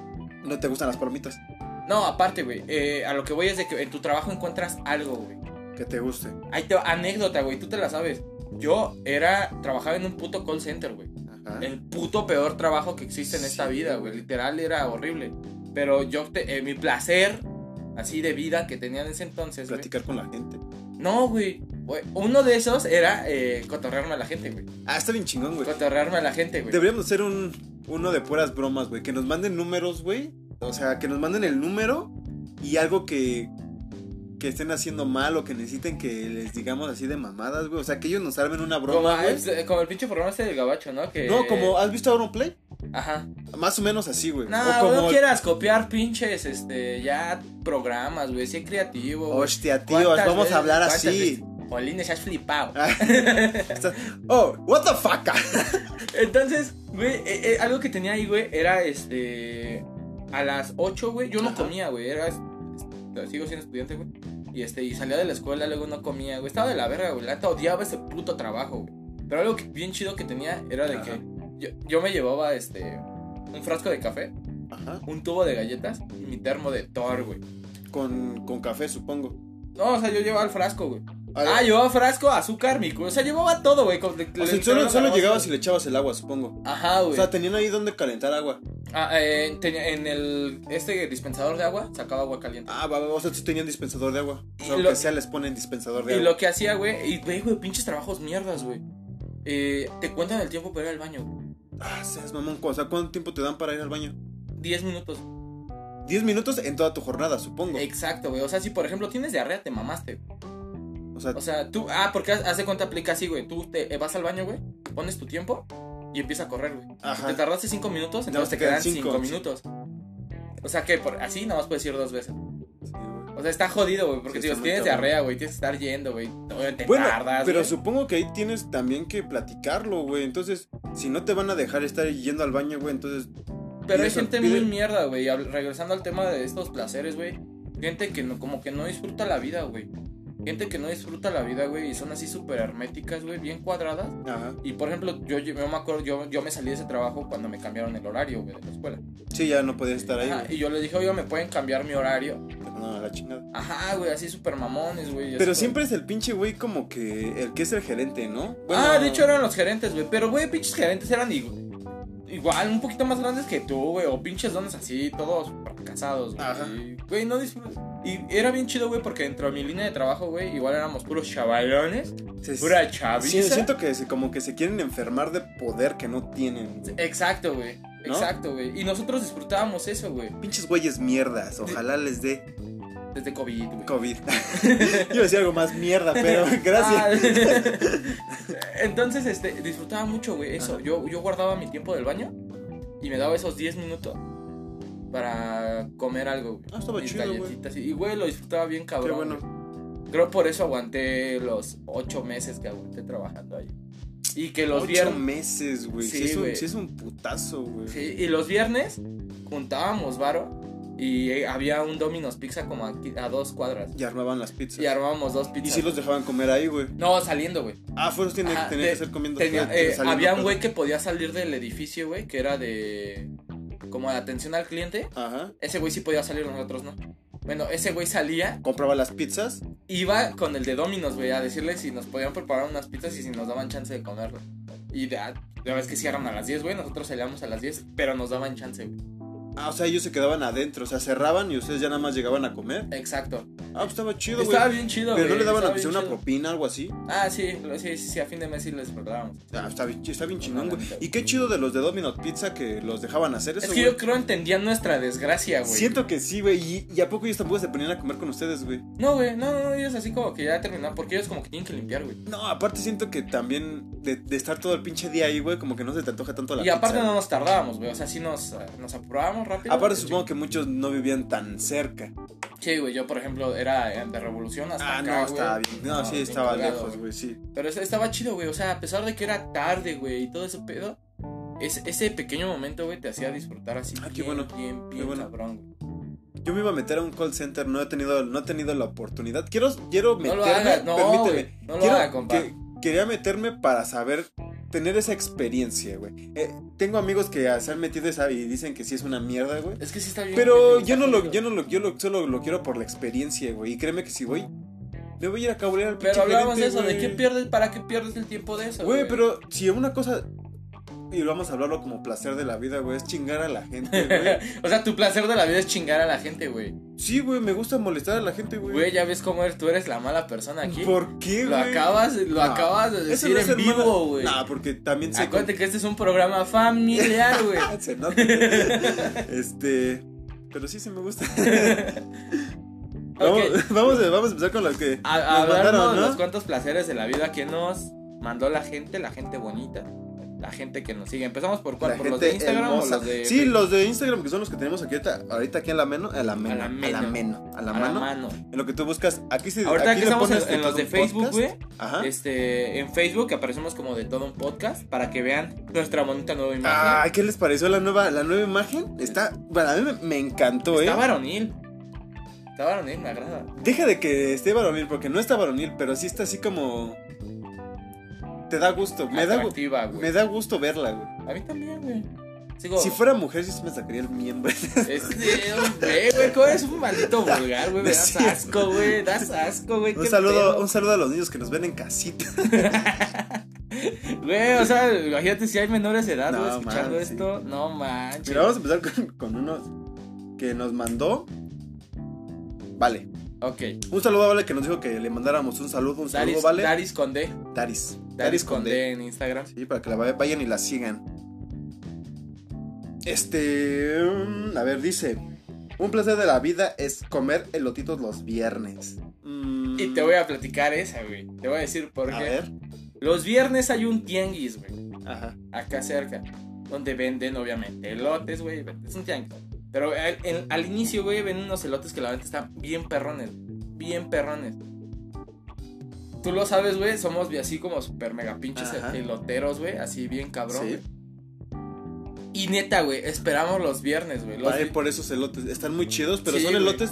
Speaker 1: No te gustan las palomitas.
Speaker 2: No, aparte, güey, eh, a lo que voy es de que en tu trabajo encuentras algo, güey.
Speaker 1: Que te guste.
Speaker 2: Ahí te va, anécdota, güey, tú te la sabes. Yo era, trabajaba en un puto call center, güey.
Speaker 1: Ajá.
Speaker 2: El puto peor trabajo que existe en
Speaker 1: Sí,
Speaker 2: esta vida, güey. Literal era horrible. Pero yo, te- eh, mi placer, así de vida que tenía en ese entonces, güey.
Speaker 1: Platicar con la gente.
Speaker 2: No, güey. güey, Uno de esos era eh, cotorrearme a la gente, güey.
Speaker 1: Ah, está bien chingón, güey.
Speaker 2: Cotorrearme a la gente, güey.
Speaker 1: Deberíamos hacer un, uno de puras bromas, güey. Que nos manden números, güey. O sea, que nos manden el número y algo que, que estén haciendo mal o que necesiten que les digamos así de mamadas, güey. O sea, que ellos nos armen una
Speaker 2: Como,
Speaker 1: broma, güey.
Speaker 2: es, eh, como el pinche programa este del gabacho, ¿no? Que,
Speaker 1: No, como, ¿has visto Auronplay?
Speaker 2: Ajá.
Speaker 1: Más o menos así, güey.
Speaker 2: No,
Speaker 1: o
Speaker 2: güey,
Speaker 1: como,
Speaker 2: no quieras copiar pinches, este, ya programas, güey. Sé creativo, güey.
Speaker 1: hostia, tíos,
Speaker 2: ¿Cuántas
Speaker 1: Oh, vamos
Speaker 2: veces-
Speaker 1: a hablar
Speaker 2: cuántas
Speaker 1: así.
Speaker 2: veces? Jolines, has flipado.
Speaker 1: Está- *laughs* oh, what the fuck.
Speaker 2: Entonces, güey, eh, eh, algo que tenía ahí, güey, era este. A las 8, güey, yo no
Speaker 1: Ajá.
Speaker 2: comía, güey. Era. este, Sigo siendo estudiante, güey. Y este, y salía de la escuela, luego no comía, güey. Estaba de la verga, güey. La neta odiaba ese puto trabajo, güey. Pero algo que- bien chido que tenía era de
Speaker 1: Ajá.
Speaker 2: que yo, yo me llevaba este. Un frasco de café,
Speaker 1: Ajá.
Speaker 2: un tubo de galletas y mi termo de Thor, güey.
Speaker 1: Con, con café, supongo.
Speaker 2: No, o sea, yo llevaba el frasco, güey.
Speaker 1: Ah,
Speaker 2: Ah, llevaba frasco, azúcar, mi cu- O sea, llevaba todo, güey. con-
Speaker 1: o sea,
Speaker 2: literal,
Speaker 1: solo,
Speaker 2: nos
Speaker 1: solo
Speaker 2: agarramos-
Speaker 1: llegabas y le echabas el agua, supongo.
Speaker 2: Ajá, güey.
Speaker 1: O sea, tenían ahí donde calentar agua.
Speaker 2: Ah, eh, tenía- en el este dispensador de agua sacaba agua caliente.
Speaker 1: Ah, va, va, o sea, sí tenían dispensador de agua. O
Speaker 2: Y
Speaker 1: sea, aunque
Speaker 2: lo-
Speaker 1: sea, les ponen dispensador de
Speaker 2: y
Speaker 1: agua.
Speaker 2: lo que hacía, güey, y güey, güey, pinches trabajos mierdas, güey. Eh, te cuentan el tiempo para ir al baño, güey.
Speaker 1: Ah, seas mamón. O sea, ¿cuánto tiempo te dan para ir al baño?
Speaker 2: 10 minutos.
Speaker 1: 10 minutos en toda tu jornada, supongo.
Speaker 2: Exacto, güey. O sea, si por ejemplo tienes diarrea, te mamaste. güey.
Speaker 1: O sea,
Speaker 2: O sea, tú, ah, porque haz, haz de cuenta, aplica así, güey. Tú te eh, vas al baño, güey, pones tu tiempo y empieza a correr, güey.
Speaker 1: ajá.
Speaker 2: Te tardaste 5 minutos, entonces te quedan 5 minutos. O sea que por, así nomás puedes ir dos veces.
Speaker 1: Sí, güey.
Speaker 2: O sea, está jodido, güey, porque
Speaker 1: Sí,
Speaker 2: digo,
Speaker 1: está muy
Speaker 2: tienes
Speaker 1: cabrón.
Speaker 2: diarrea, güey, tienes que estar yendo, güey. Te
Speaker 1: Bueno,
Speaker 2: tardas.
Speaker 1: pero
Speaker 2: güey.
Speaker 1: supongo que ahí tienes también que platicarlo, güey. Entonces, si no te van a dejar estar yendo al baño, güey, entonces...
Speaker 2: Pero
Speaker 1: Y
Speaker 2: hay
Speaker 1: eso,
Speaker 2: gente
Speaker 1: pide-
Speaker 2: muy mierda, güey. Habl- Regresando al tema de estos placeres, güey. Gente que no, como que no disfruta la vida, güey. Gente que no disfruta la vida, güey, y son así súper herméticas, güey, bien cuadradas.
Speaker 1: Ajá.
Speaker 2: Y por ejemplo, yo, yo me acuerdo, yo, yo me salí de ese trabajo cuando me cambiaron el horario, güey, de la escuela.
Speaker 1: Sí, ya no podías estar ahí.
Speaker 2: Ajá,
Speaker 1: güey.
Speaker 2: y yo les dije, oye, ¿me pueden cambiar mi horario?
Speaker 1: Te mandaron a la chingada.
Speaker 2: Ajá, güey, así súper mamones, güey. y
Speaker 1: Pero
Speaker 2: así
Speaker 1: siempre es el pinche güey como que el que es el gerente, ¿no?
Speaker 2: ah, de hecho eran los gerentes, güey. Pero, güey, pinches gerentes eran igual, igual, un poquito más grandes que tú, güey. O pinches dones así, todos fracasados, güey.
Speaker 1: Ajá.
Speaker 2: Y, Güey, no disfrutas. Y era bien chido, güey, porque dentro de mi línea de trabajo, güey, igual éramos puros chavalones,
Speaker 1: se,
Speaker 2: pura
Speaker 1: sí,
Speaker 2: chaviza.
Speaker 1: siento que se- como que se quieren enfermar de poder que no tienen. güey.
Speaker 2: Exacto, güey.
Speaker 1: ¿No?
Speaker 2: Exacto, güey. Y nosotros disfrutábamos eso, güey.
Speaker 1: Pinches güeyes mierdas, ojalá les dé
Speaker 2: Desde COVID, güey. *laughs*
Speaker 1: COVID. Yo decía algo más mierda, pero *laughs* gracias.
Speaker 2: Ah, *laughs* Entonces, este, disfrutaba mucho, güey, eso.
Speaker 1: Ajá.
Speaker 2: Yo, yo guardaba mi tiempo del baño y me daba esos 10 minutos para comer algo, güey.
Speaker 1: Ah, estaba
Speaker 2: Mis
Speaker 1: chido, güey.
Speaker 2: galletitas. y- Y, güey, lo disfrutaba bien cabrón.
Speaker 1: Qué bueno.
Speaker 2: güey. Creo por eso aguanté los 8 meses que aguanté trabajando ahí. Y que los
Speaker 1: Ocho
Speaker 2: viernes...
Speaker 1: meses, güey. Sí,
Speaker 2: Sí,
Speaker 1: es un,
Speaker 2: güey.
Speaker 1: sí es un putazo, güey.
Speaker 2: sí, y los viernes juntábamos varo y eh, había un Domino's Pizza como aquí, a dos cuadras.
Speaker 1: Y armaban las pizzas.
Speaker 2: Y armábamos dos
Speaker 1: Y
Speaker 2: pizzas.
Speaker 1: sí los dejaban comer ahí, güey.
Speaker 2: No, saliendo, güey.
Speaker 1: Ah, fueron tienen
Speaker 2: Ajá,
Speaker 1: tenían
Speaker 2: de-
Speaker 1: que ser comiendo.
Speaker 2: Tenía-
Speaker 1: fuera,
Speaker 2: eh,
Speaker 1: saliendo,
Speaker 2: había un
Speaker 1: perdón.
Speaker 2: güey que podía salir del edificio, güey, que era de. como de atención al cliente.
Speaker 1: Ajá.
Speaker 2: Ese güey sí podía salir, nosotros no. Bueno, ese güey salía,
Speaker 1: Compraba las pizzas.
Speaker 2: iba con el de Dominos, güey, a decirle si nos podían preparar unas pizzas y si nos daban chance de comerlo. Y de, ah, la vez que cierran a las 10, güey, nosotros salíamos a las 10, pero nos daban chance, güey.
Speaker 1: Ah, o sea, ellos se quedaban adentro, o sea, cerraban y ustedes ya nada más llegaban a comer.
Speaker 2: Exacto.
Speaker 1: Ah, pues estaba chido, güey.
Speaker 2: Estaba bien chido,
Speaker 1: Pero
Speaker 2: güey.
Speaker 1: no le daban
Speaker 2: estaba
Speaker 1: aunque sea
Speaker 2: bien
Speaker 1: una
Speaker 2: chido.
Speaker 1: propina, algo así.
Speaker 2: Ah, sí, lo- sí, sí, sí, a fin de mes sí les preparábamos.
Speaker 1: Ah, está bien, está bien chingón,
Speaker 2: no,
Speaker 1: güey.
Speaker 2: no.
Speaker 1: Y qué chido de los de Domino's Pizza que los dejaban hacer eso,
Speaker 2: Es que
Speaker 1: güey.
Speaker 2: yo creo entendían nuestra desgracia, güey.
Speaker 1: Siento que sí, güey. Y, y a poco ellos tampoco se ponían a comer con ustedes, güey.
Speaker 2: No, güey, no, no, no, ellos así como que ya terminaron, porque ellos como que tienen que limpiar, güey.
Speaker 1: No, aparte siento que también de, de estar todo el pinche día ahí, güey, como que no se te antoja tanto la
Speaker 2: Y aparte
Speaker 1: pizza.
Speaker 2: no nos tardábamos, güey, o sea, sí nos, eh, nos apurábamos rápido.
Speaker 1: Aparte
Speaker 2: Sí,
Speaker 1: supongo que muchos no vivían tan cerca.
Speaker 2: Sí, güey, yo por ejemplo era eh, de Revolución hasta
Speaker 1: Ah,
Speaker 2: acá,
Speaker 1: no, estaba
Speaker 2: güey.
Speaker 1: bien. No,
Speaker 2: No,
Speaker 1: sí,
Speaker 2: bien
Speaker 1: estaba
Speaker 2: colgado,
Speaker 1: lejos,
Speaker 2: güey.
Speaker 1: güey, sí.
Speaker 2: Pero es- estaba chido, güey, o sea, a pesar de que era tarde, güey, y todo ese pedo, es- ese pequeño momento, güey, te hacía disfrutar así
Speaker 1: Ah, qué
Speaker 2: bien,
Speaker 1: bueno,
Speaker 2: bien,
Speaker 1: qué
Speaker 2: bien
Speaker 1: bueno.
Speaker 2: cabrón, güey.
Speaker 1: Yo me iba a meter a un call center, no he tenido, no he tenido la oportunidad. Quiero, quiero
Speaker 2: No
Speaker 1: meterme,
Speaker 2: lo hagas, no,
Speaker 1: permíteme.
Speaker 2: güey, no lo
Speaker 1: Quiero-
Speaker 2: hagas, compa.
Speaker 1: que- quería meterme para saber, tener esa experiencia, güey. Eh, tengo amigos que ah, se han metido esa y dicen que sí es una mierda, güey.
Speaker 2: Es que sí está bien.
Speaker 1: Pero
Speaker 2: güey,
Speaker 1: yo no
Speaker 2: está
Speaker 1: lo,
Speaker 2: chido.
Speaker 1: yo no lo, yo lo, solo lo quiero por la experiencia, güey. Y créeme que si voy, le voy a ir a cabrear al
Speaker 2: Pero
Speaker 1: pinche
Speaker 2: hablábamos de
Speaker 1: gerente,
Speaker 2: eso, ¿de
Speaker 1: güey.
Speaker 2: qué pierdes, para qué pierdes el tiempo de eso,
Speaker 1: Güey, pero si una cosa, y vamos a hablarlo como placer de la vida, güey, es chingar a la gente,
Speaker 2: *laughs*
Speaker 1: güey.
Speaker 2: o sea, tu placer de la vida es chingar a la gente, güey.
Speaker 1: Sí, güey, me gusta molestar a la gente, güey.
Speaker 2: Güey, ya ves cómo eres, tú eres la mala persona aquí.
Speaker 1: ¿Por qué,
Speaker 2: lo
Speaker 1: güey?
Speaker 2: acabas, lo
Speaker 1: No,
Speaker 2: acabas de
Speaker 1: Eso
Speaker 2: decir
Speaker 1: no es
Speaker 2: en
Speaker 1: ser mala-
Speaker 2: vivo, güey.
Speaker 1: Nah, porque también se...
Speaker 2: Acuérdate que este es un programa familiar,
Speaker 1: *laughs*
Speaker 2: güey.
Speaker 1: Ah, se nota. este. Pero sí, se me gusta. vamos, *laughs*
Speaker 2: Ok.
Speaker 1: vamos, a, vamos a empezar con lo que
Speaker 2: A,
Speaker 1: nos
Speaker 2: hablando
Speaker 1: mandaron,
Speaker 2: de
Speaker 1: ¿no?
Speaker 2: los cuantos placeres de la vida que nos mandó la gente, la gente bonita, la gente que nos sigue. Empezamos por cuál,
Speaker 1: La
Speaker 2: por los
Speaker 1: gente
Speaker 2: de Instagram
Speaker 1: hermosa.
Speaker 2: o los de
Speaker 1: Sí, los de Instagram, que son los que tenemos aquí ahorita, ahorita aquí en la mano. A la meno.
Speaker 2: la
Speaker 1: A
Speaker 2: meno.
Speaker 1: la meno. A la
Speaker 2: a
Speaker 1: mano. En lo que tú buscas. Aquí se
Speaker 2: Ahorita
Speaker 1: aquí
Speaker 2: que
Speaker 1: le
Speaker 2: estamos
Speaker 1: pones
Speaker 2: en, en
Speaker 1: todo
Speaker 2: los de
Speaker 1: un
Speaker 2: Facebook,
Speaker 1: podcast. ¿ah?
Speaker 2: güey.
Speaker 1: Ajá.
Speaker 2: Este, en Facebook aparecemos como de todo un podcast para que vean nuestra bonita nueva imagen.
Speaker 1: Ay, ¿qué les pareció la nueva, la nueva imagen? Está. Bueno, a mí me, me encantó,
Speaker 2: Está
Speaker 1: eh.
Speaker 2: varonil. Está varonil, me agrada.
Speaker 1: Deja de que esté varonil, porque no está varonil, pero sí está así como. Te da gusto. Me da, gu-
Speaker 2: Atractiva, güey.
Speaker 1: me da gusto verla, güey.
Speaker 2: A mí también, güey. Sigo.
Speaker 1: Si fuera mujer, sí se me sacaría el
Speaker 2: *laughs*
Speaker 1: miembro.
Speaker 2: Este, hombre, güey, ¿cómo eres un maldito vulgar, güey?
Speaker 1: No
Speaker 2: Me
Speaker 1: es
Speaker 2: das asco, güey. Das asco, güey.
Speaker 1: un,
Speaker 2: qué
Speaker 1: saludo,
Speaker 2: pedo.
Speaker 1: un saludo a los niños que nos ven en casita.
Speaker 2: Güey, o sea, imagínate si hay menores de edad,
Speaker 1: No,
Speaker 2: güey, escuchando
Speaker 1: man, sí.
Speaker 2: esto. No manches.
Speaker 1: Mira, vamos a empezar con, con uno que nos mandó. Vale.
Speaker 2: Ok.
Speaker 1: Un saludo a Vale que nos dijo que le mandáramos un saludo. Un saludo,
Speaker 2: Daris,
Speaker 1: Vale.
Speaker 2: Daris con D. Daris,
Speaker 1: Daris. Daris,
Speaker 2: con
Speaker 1: D.
Speaker 2: D en Instagram.
Speaker 1: Sí, para que la vayan y la sigan. Este. mm, A ver, dice. Un placer de la vida es comer elotitos los viernes. Mm,
Speaker 2: Y te voy a platicar esa, güey. Te voy a decir por
Speaker 1: A
Speaker 2: qué.
Speaker 1: ver.
Speaker 2: Los viernes hay un tianguis, güey.
Speaker 1: Ajá.
Speaker 2: acá cerca, donde venden obviamente elotes, güey, es un tianguis. Pero al, en- al inicio, güey, ven unos elotes que la verdad están bien perrones, bien perrones. Tú lo sabes, güey, somos así como super mega pinches
Speaker 1: Ajá.
Speaker 2: eloteros, güey, así bien cabrón.
Speaker 1: Sí.
Speaker 2: güey. Y neta, güey, esperamos los viernes, güey. Los
Speaker 1: Vale,
Speaker 2: vi-
Speaker 1: por esos elotes. Están muy chidos, pero
Speaker 2: Sí,
Speaker 1: son
Speaker 2: güey.
Speaker 1: elotes.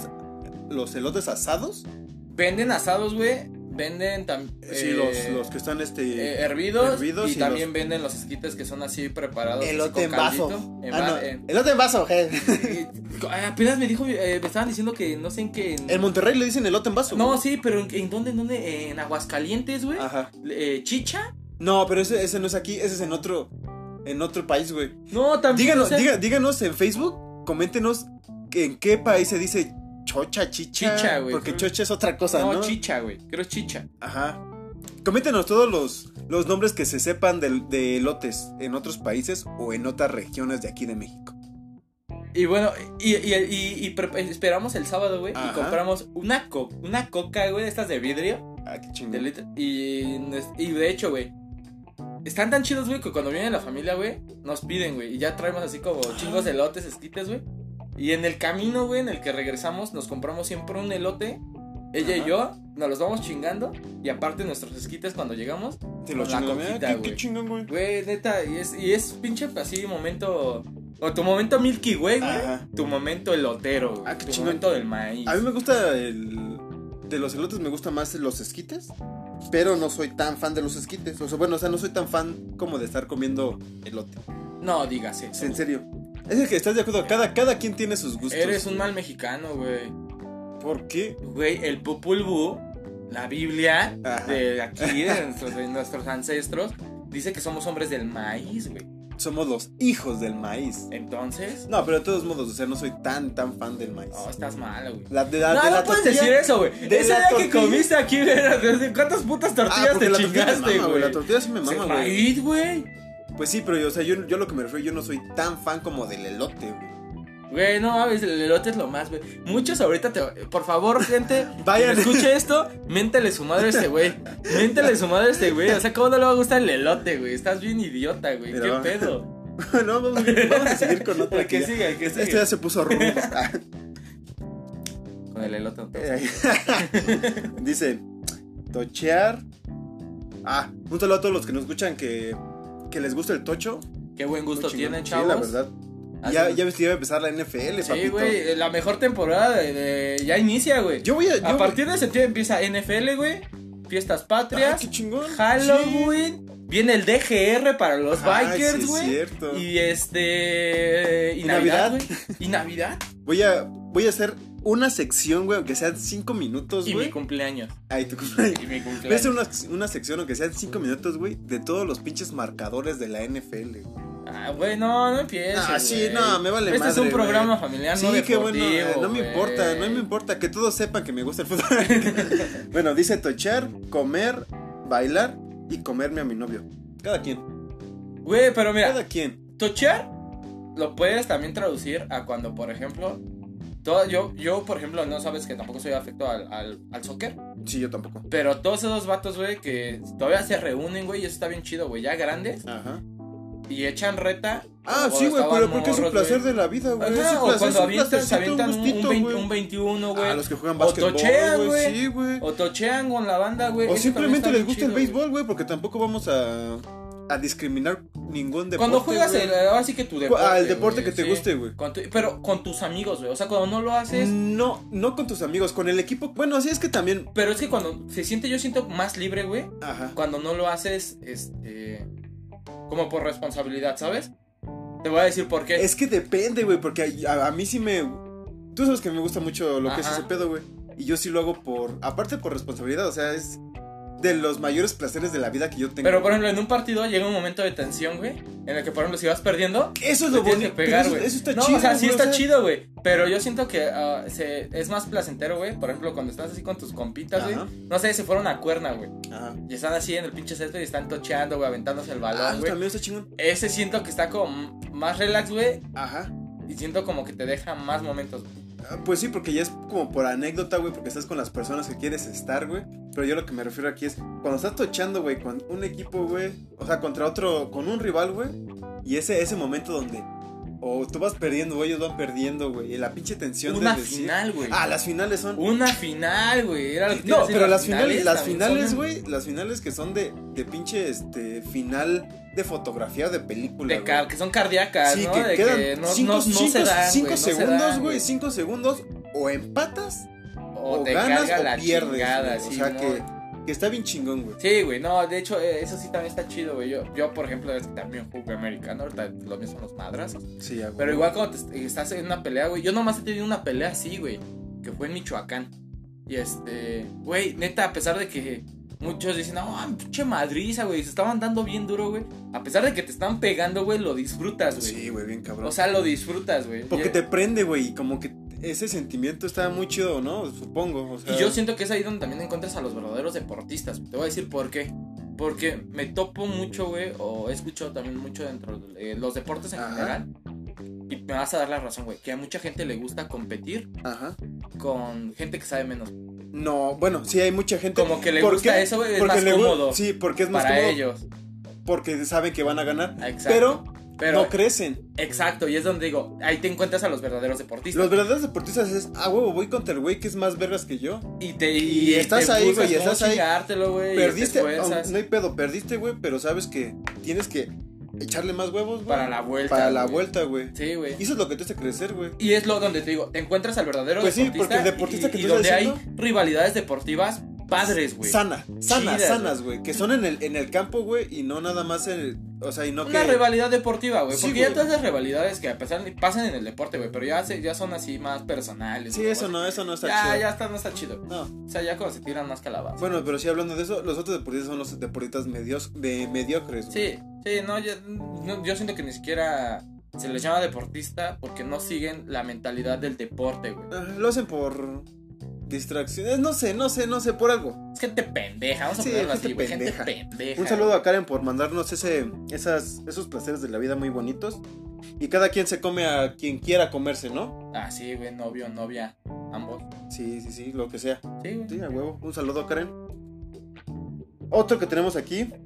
Speaker 1: Los elotes asados.
Speaker 2: Venden asados, güey. Venden también.
Speaker 1: Sí, los, los que están este.
Speaker 2: Eh, hervidos,
Speaker 1: hervidos
Speaker 2: Y,
Speaker 1: y
Speaker 2: también
Speaker 1: los-
Speaker 2: venden los esquites que son así preparados. así
Speaker 1: elote
Speaker 2: con
Speaker 1: en vaso.
Speaker 2: caldito, en
Speaker 1: Ah,
Speaker 2: va-
Speaker 1: no,
Speaker 2: en-
Speaker 1: Elote en vaso, je.
Speaker 2: y- Eh, apenas me dijo, eh, me estaban diciendo que no sé en qué. en-
Speaker 1: En Monterrey le dicen elote en vaso.
Speaker 2: no,
Speaker 1: güey.
Speaker 2: sí, pero ¿en, en dónde? ¿En dónde? En Aguascalientes, güey.
Speaker 1: Ajá.
Speaker 2: Eh, ¿Chicha?
Speaker 1: No, pero ese, ese no es aquí, ese es en otro. En otro país, güey.
Speaker 2: No, también.
Speaker 1: Díganos,
Speaker 2: Ah, o sea,
Speaker 1: diga- díganos en Facebook, coméntenos que en qué país se dice chocha, chicha.
Speaker 2: Chicha, güey.
Speaker 1: Porque chocha es otra cosa, ¿no?
Speaker 2: no, chicha, güey. Creo es chicha.
Speaker 1: Ajá. Coméntenos todos los, los nombres que se sepan del- de, elotes en otros países o en otras regiones de aquí de México.
Speaker 2: Y bueno, y, y- y- y pre- esperamos el sábado, güey. Y
Speaker 1: Ajá.
Speaker 2: compramos una, co una coca, güey, de estas de vidrio.
Speaker 1: Ah, qué
Speaker 2: de
Speaker 1: chingón.
Speaker 2: litro, y, nos- y de hecho, güey. Están tan chidos, güey, que cuando viene la familia, güey, nos piden, güey. Y ya traemos así como chingos de elotes, esquites, güey. Y en el camino, güey, en el que regresamos, nos compramos siempre un elote. Ella
Speaker 1: Ajá.
Speaker 2: y yo, nos los vamos chingando. Y aparte nuestros esquites cuando llegamos.
Speaker 1: Te lo
Speaker 2: con la
Speaker 1: chingón. Ah,
Speaker 2: coquita,
Speaker 1: qué-
Speaker 2: güey.
Speaker 1: qué chingón, güey.
Speaker 2: Güey, neta, y es, y es pinche así momento. O tu momento Milky Way, güey.
Speaker 1: Ajá.
Speaker 2: Tu momento elotero, güey.
Speaker 1: Ah, qué
Speaker 2: tu
Speaker 1: chingón.
Speaker 2: momento del maíz.
Speaker 1: A mí me gusta el. De los elotes me gusta más los esquites. Pero no soy tan fan de los esquites. O sea, bueno, o sea, no soy tan fan como de estar comiendo elote.
Speaker 2: No digas
Speaker 1: Sí,
Speaker 2: eso.
Speaker 1: En serio. Es el que estás de acuerdo. Cada, cada quien tiene sus gustos.
Speaker 2: Eres un mal mexicano, güey.
Speaker 1: ¿Por qué?
Speaker 2: Güey, el Popol Vuh, la Biblia
Speaker 1: Ajá.
Speaker 2: de aquí, de nuestros, de nuestros ancestros, dice que somos hombres del maíz, güey.
Speaker 1: Somos los hijos del maíz.
Speaker 2: Entonces,
Speaker 1: No, pero de todos modos, o sea, no soy tan, tan fan del maíz.
Speaker 2: no, estás mal, güey.
Speaker 1: La, de la-
Speaker 2: No,
Speaker 1: de Ah, la
Speaker 2: no puedes
Speaker 1: tortilla-
Speaker 2: decir eso, güey.
Speaker 1: de
Speaker 2: Ese
Speaker 1: la
Speaker 2: día que
Speaker 1: tortilla-
Speaker 2: comiste aquí, güey, ¿cuántas putas
Speaker 1: Ah,
Speaker 2: tortillas
Speaker 1: porque
Speaker 2: te
Speaker 1: la tortilla me
Speaker 2: chingaste,
Speaker 1: mama,
Speaker 2: güey?
Speaker 1: La tortilla sí me
Speaker 2: Es
Speaker 1: mama, güey.
Speaker 2: maíz, güey.
Speaker 1: Pues sí, pero yo, o sea, yo, yo lo que me refiero, yo no soy tan fan como del elote, güey. *laughs*
Speaker 2: Güey, no mames, el elote es lo más, güey. Muchos ahorita te. Por favor,
Speaker 1: *laughs*
Speaker 2: gente,
Speaker 1: Vayan.
Speaker 2: que escuche esto, méntale su madre a este güey. Méntale su madre a este güey. O sea, ¿cómo no le va a gustar el elote, güey? Estás bien idiota, güey.
Speaker 1: Mira,
Speaker 2: ¿Qué
Speaker 1: va.
Speaker 2: pedo?
Speaker 1: no, vamos, vamos a seguir con otra.
Speaker 2: El que
Speaker 1: que ya-
Speaker 2: siga, el que siga.
Speaker 1: Este ya se puso
Speaker 2: *laughs*
Speaker 1: rudo. *laughs* Ah,
Speaker 2: Con el elote. no te-
Speaker 1: eh, Dice, tochear. Ah, un saludo a todos los que nos escuchan que, que les gusta el tocho.
Speaker 2: Qué buen gusto
Speaker 1: Muy chingón.
Speaker 2: tienen,
Speaker 1: Sí, la
Speaker 2: chavos.
Speaker 1: verdad.
Speaker 2: Así
Speaker 1: Ya,
Speaker 2: es.
Speaker 1: ya ves que iba a empezar la NFL,
Speaker 2: Sí,
Speaker 1: papito.
Speaker 2: güey, la mejor temporada de, de- ya inicia, güey.
Speaker 1: Yo voy a... yo-
Speaker 2: A partir de septiembre empieza NFL, güey. Fiestas
Speaker 1: Ah,
Speaker 2: patrias.
Speaker 1: qué chingón.
Speaker 2: Halloween. Viene el DGR para los
Speaker 1: Ah, sí
Speaker 2: bikers,
Speaker 1: es
Speaker 2: güey.
Speaker 1: cierto.
Speaker 2: Y este. Y
Speaker 1: ¿Y
Speaker 2: Navidad,
Speaker 1: Navidad?
Speaker 2: güey. Y Navidad.
Speaker 1: Voy a, voy a hacer una sección, güey, aunque sean cinco minutos,
Speaker 2: Y mi
Speaker 1: Pues, güey.
Speaker 2: cumpleaños.
Speaker 1: Ay, tu cumpleaños.
Speaker 2: Y
Speaker 1: *laughs*
Speaker 2: mi
Speaker 1: Voy a hacer
Speaker 2: cumpleaños.
Speaker 1: una, una sección, aunque sean cinco minutos, güey, de todos los pinches marcadores de la NFL, güey.
Speaker 2: Ah, güey, no, no empieces.
Speaker 1: Ah, sí,
Speaker 2: güey.
Speaker 1: no, me vale
Speaker 2: Este es un
Speaker 1: madre,
Speaker 2: programa familiar,
Speaker 1: Sí,
Speaker 2: no
Speaker 1: qué
Speaker 2: deportivo.
Speaker 1: bueno. eh, No me
Speaker 2: güey.
Speaker 1: importa, no me importa. Que todos sepan que me gusta el fútbol. *laughs* bueno, dice tochar, comer, bailar y comerme a mi novio. Cada quien.
Speaker 2: Güey, pero mira,
Speaker 1: Cada quien.
Speaker 2: tochear lo puedes también traducir a cuando, por ejemplo. Todo, yo, yo, por ejemplo, no sabes que tampoco soy afecto al, al, al soccer.
Speaker 1: Sí, yo tampoco.
Speaker 2: Pero todos esos vatos, güey, que todavía se reúnen, güey, y eso está bien chido, güey. Ya grandes.
Speaker 1: Ajá.
Speaker 2: y echan reta.
Speaker 1: Ah,
Speaker 2: cuando
Speaker 1: sí, güey,
Speaker 2: estaban
Speaker 1: pero porque es un
Speaker 2: morros,
Speaker 1: placer
Speaker 2: güey.
Speaker 1: de la vida, güey. es
Speaker 2: Ajá,
Speaker 1: un
Speaker 2: o
Speaker 1: placer, es
Speaker 2: cuando
Speaker 1: un
Speaker 2: avientan, se
Speaker 1: placercito,
Speaker 2: avientan un, un
Speaker 1: gustito,
Speaker 2: 20
Speaker 1: güey. Ah,
Speaker 2: un 21, güey.
Speaker 1: A los que juegan
Speaker 2: O
Speaker 1: básquetbol,
Speaker 2: tochean, güey.
Speaker 1: güey. Sí, güey.
Speaker 2: O tochean con la banda, güey.
Speaker 1: O
Speaker 2: eso también
Speaker 1: simplemente
Speaker 2: está
Speaker 1: les
Speaker 2: bien
Speaker 1: gusta el
Speaker 2: chido, güey.
Speaker 1: béisbol, güey, porque tampoco vamos a, a discriminar ningún deporte.
Speaker 2: Cuando juegas,
Speaker 1: güey.
Speaker 2: el, eh, ahora sí que tu deporte.
Speaker 1: Ah, el deporte
Speaker 2: güey,
Speaker 1: que te
Speaker 2: sí.
Speaker 1: guste, güey.
Speaker 2: Con tu- pero con tus amigos, güey. O sea, cuando no lo haces.
Speaker 1: No, no con tus amigos, con el equipo. Bueno, así es que también.
Speaker 2: Pero es que cuando se siente, yo siento más libre, güey.
Speaker 1: Ajá.
Speaker 2: Cuando no lo haces, este. Como por responsabilidad, ¿sabes? Te voy a decir por qué.
Speaker 1: Es que depende, güey, porque a, a- a mí sí me. Tú sabes que me gusta mucho lo que es
Speaker 2: Ajá.
Speaker 1: ese pedo, güey. Y yo sí lo hago por. Aparte por responsabilidad, o sea, es de los mayores placeres de la vida que yo tengo.
Speaker 2: Pero por ejemplo, en un partido llega un momento de tensión, güey. En el que, por ejemplo, si vas perdiendo,
Speaker 1: eso es
Speaker 2: Te
Speaker 1: lo
Speaker 2: tienes que
Speaker 1: bonito.
Speaker 2: pegar,
Speaker 1: pero eso,
Speaker 2: güey.
Speaker 1: eso está
Speaker 2: no,
Speaker 1: chido.
Speaker 2: O sea, sí
Speaker 1: güey,
Speaker 2: está
Speaker 1: o sea,
Speaker 2: chido, güey. Pero yo siento que ah, se, es más placentero, güey. Por ejemplo, cuando estás así con tus compitas, güey.
Speaker 1: Ajá.
Speaker 2: No sé, se fueron a cuerna, güey.
Speaker 1: Ajá.
Speaker 2: Y están así en el pinche césped y están tocheando, güey, aventándose el
Speaker 1: Ah,
Speaker 2: balón,
Speaker 1: eso
Speaker 2: güey.
Speaker 1: también está chingón.
Speaker 2: Ese siento que está como m- más relax, güey.
Speaker 1: Ajá.
Speaker 2: Y siento como que te deja más momentos.
Speaker 1: Ah, Pues sí, porque ya es como por anécdota, güey, porque estás con las personas que quieres estar, güey. Pero yo lo que me refiero aquí es cuando estás tochando, güey, con un equipo, güey, o sea, contra otro, con un rival, güey, y ese, ese momento donde o tú vas perdiendo o ellos van perdiendo, güey, y la pinche tensión
Speaker 2: Una
Speaker 1: de decir-
Speaker 2: final, güey.
Speaker 1: Ah, las finales son.
Speaker 2: Una final, güey. Era lo que te iba a
Speaker 1: no,
Speaker 2: decir,
Speaker 1: pero las finales, las
Speaker 2: también son
Speaker 1: finales,
Speaker 2: un-
Speaker 1: güey, las finales que son de, de pinche, este, final de fotografía o de película,
Speaker 2: de
Speaker 1: güey.
Speaker 2: ca- que son cardíacas,
Speaker 1: Sí,
Speaker 2: ¿no?
Speaker 1: que
Speaker 2: de
Speaker 1: quedan
Speaker 2: que no,
Speaker 1: cinco,
Speaker 2: no- no
Speaker 1: cinco-
Speaker 2: se dan,
Speaker 1: cinco
Speaker 2: güey, no se dan,
Speaker 1: segundos, güey, cinco segundos, o empatas
Speaker 2: O, o,
Speaker 1: o
Speaker 2: te
Speaker 1: ganas
Speaker 2: carga la
Speaker 1: o pierdes.
Speaker 2: chingada,
Speaker 1: güey.
Speaker 2: sí,
Speaker 1: o sea
Speaker 2: no.
Speaker 1: que, que está bien chingón, güey.
Speaker 2: Sí, güey, no, de hecho, eh, eso sí también está chido, güey. Yo, yo, por ejemplo, es que también jugué americano, ahorita lo mismo son los madrazos.
Speaker 1: Sí, a huevo.
Speaker 2: Pero igual cuando te- eh, estás en una pelea, güey. Yo nomás he tenido una pelea así, güey. Que fue en Michoacán. Y este, güey, neta, a pesar de que muchos dicen, ah, pinche madriza, güey. Se estaban dando bien duro, güey. A pesar de que te están pegando, güey, lo disfrutas, güey.
Speaker 1: Sí, güey, bien cabrón.
Speaker 2: o sea, lo disfrutas, güey.
Speaker 1: Porque
Speaker 2: Y-
Speaker 1: te prende, güey, y como que ese sentimiento está muy chido, ¿no? Supongo. o sea,
Speaker 2: Y yo siento que es ahí donde también encuentras a los verdaderos deportistas. Te voy a decir por qué. Porque me topo mucho, güey, o he escuchado también mucho dentro de eh, los deportes en
Speaker 1: Ajá.
Speaker 2: general. Y me vas a dar la razón, güey, que a mucha gente le gusta competir
Speaker 1: Ajá.
Speaker 2: con gente que sabe menos.
Speaker 1: No, bueno, sí hay mucha gente.
Speaker 2: Como que le
Speaker 1: ¿Por
Speaker 2: gusta
Speaker 1: qué?
Speaker 2: eso, güey, es
Speaker 1: Porque
Speaker 2: más
Speaker 1: le gu-
Speaker 2: cómodo
Speaker 1: Sí, porque es más
Speaker 2: para
Speaker 1: cómodo.
Speaker 2: ellos.
Speaker 1: Porque saben que van a ganar.
Speaker 2: Exacto. Pero,
Speaker 1: Pero no crecen.
Speaker 2: exacto, y es donde digo, ahí te encuentras a los verdaderos deportistas.
Speaker 1: Los verdaderos deportistas es, ah, huevo, voy contra el güey que es más vergas que yo.
Speaker 2: y te
Speaker 1: y estás
Speaker 2: te
Speaker 1: ahí,
Speaker 2: buscas
Speaker 1: güey, y
Speaker 2: cómo
Speaker 1: estás ahí.
Speaker 2: chingártelo, güey, y te
Speaker 1: Perdiste,
Speaker 2: esfuerzas
Speaker 1: aun- no hay pedo, perdiste, güey, pero sabes que tienes que echarle más huevos, güey.
Speaker 2: para la vuelta.
Speaker 1: Para la
Speaker 2: güey.
Speaker 1: vuelta, güey.
Speaker 2: Sí, güey.
Speaker 1: Y eso es lo que te hace crecer, güey.
Speaker 2: Y es lo donde te digo, te encuentras al verdadero
Speaker 1: Pues sí,
Speaker 2: deportista.
Speaker 1: porque el deportista
Speaker 2: y,
Speaker 1: que
Speaker 2: y
Speaker 1: tú
Speaker 2: donde
Speaker 1: estás
Speaker 2: hay
Speaker 1: diciendo-
Speaker 2: rivalidades deportivas padres, güey.
Speaker 1: Sana, sanas,
Speaker 2: Chidas,
Speaker 1: sanas, güey. Que son en el, en el campo, güey, y no nada más en el. O sea, y no
Speaker 2: Una
Speaker 1: que.
Speaker 2: rivalidad deportiva, güey.
Speaker 1: Sí,
Speaker 2: porque ya
Speaker 1: güey.
Speaker 2: todas esas rivalidades que a pesar de- pasan en el deporte, güey, pero ya, se- ya son así más personales.
Speaker 1: Sí,
Speaker 2: güey,
Speaker 1: eso
Speaker 2: así.
Speaker 1: no, eso no está
Speaker 2: ya,
Speaker 1: chido.
Speaker 2: ya está, no está chido.
Speaker 1: No.
Speaker 2: O sea, ya cuando se tiran más calabazas.
Speaker 1: Bueno, pero sí hablando de eso, los otros deportistas son los deportistas medios, de mediocres, güey.
Speaker 2: Sí, sí, no, ya- no, yo siento que ni siquiera se les llama deportista porque no siguen la mentalidad del deporte, güey.
Speaker 1: Ah, Lo hacen por distracciones, no sé, no sé, no sé, por algo.
Speaker 2: Es gente pendeja, vamos a
Speaker 1: Sí,
Speaker 2: ponerlo
Speaker 1: gente
Speaker 2: así, güey. Gente
Speaker 1: pendeja.
Speaker 2: pendeja.
Speaker 1: Un saludo a Karen por mandarnos ese, esas, esos placeres de la vida muy bonitos. Y cada quien se come a quien quiera comerse, ¿no?
Speaker 2: Ah, sí, güey, novio, novia, ambos.
Speaker 1: Sí, sí, sí, lo que sea.
Speaker 2: Sí, güey.
Speaker 1: Sí, a huevo. Un saludo, Karen. Otro que tenemos aquí. *laughs*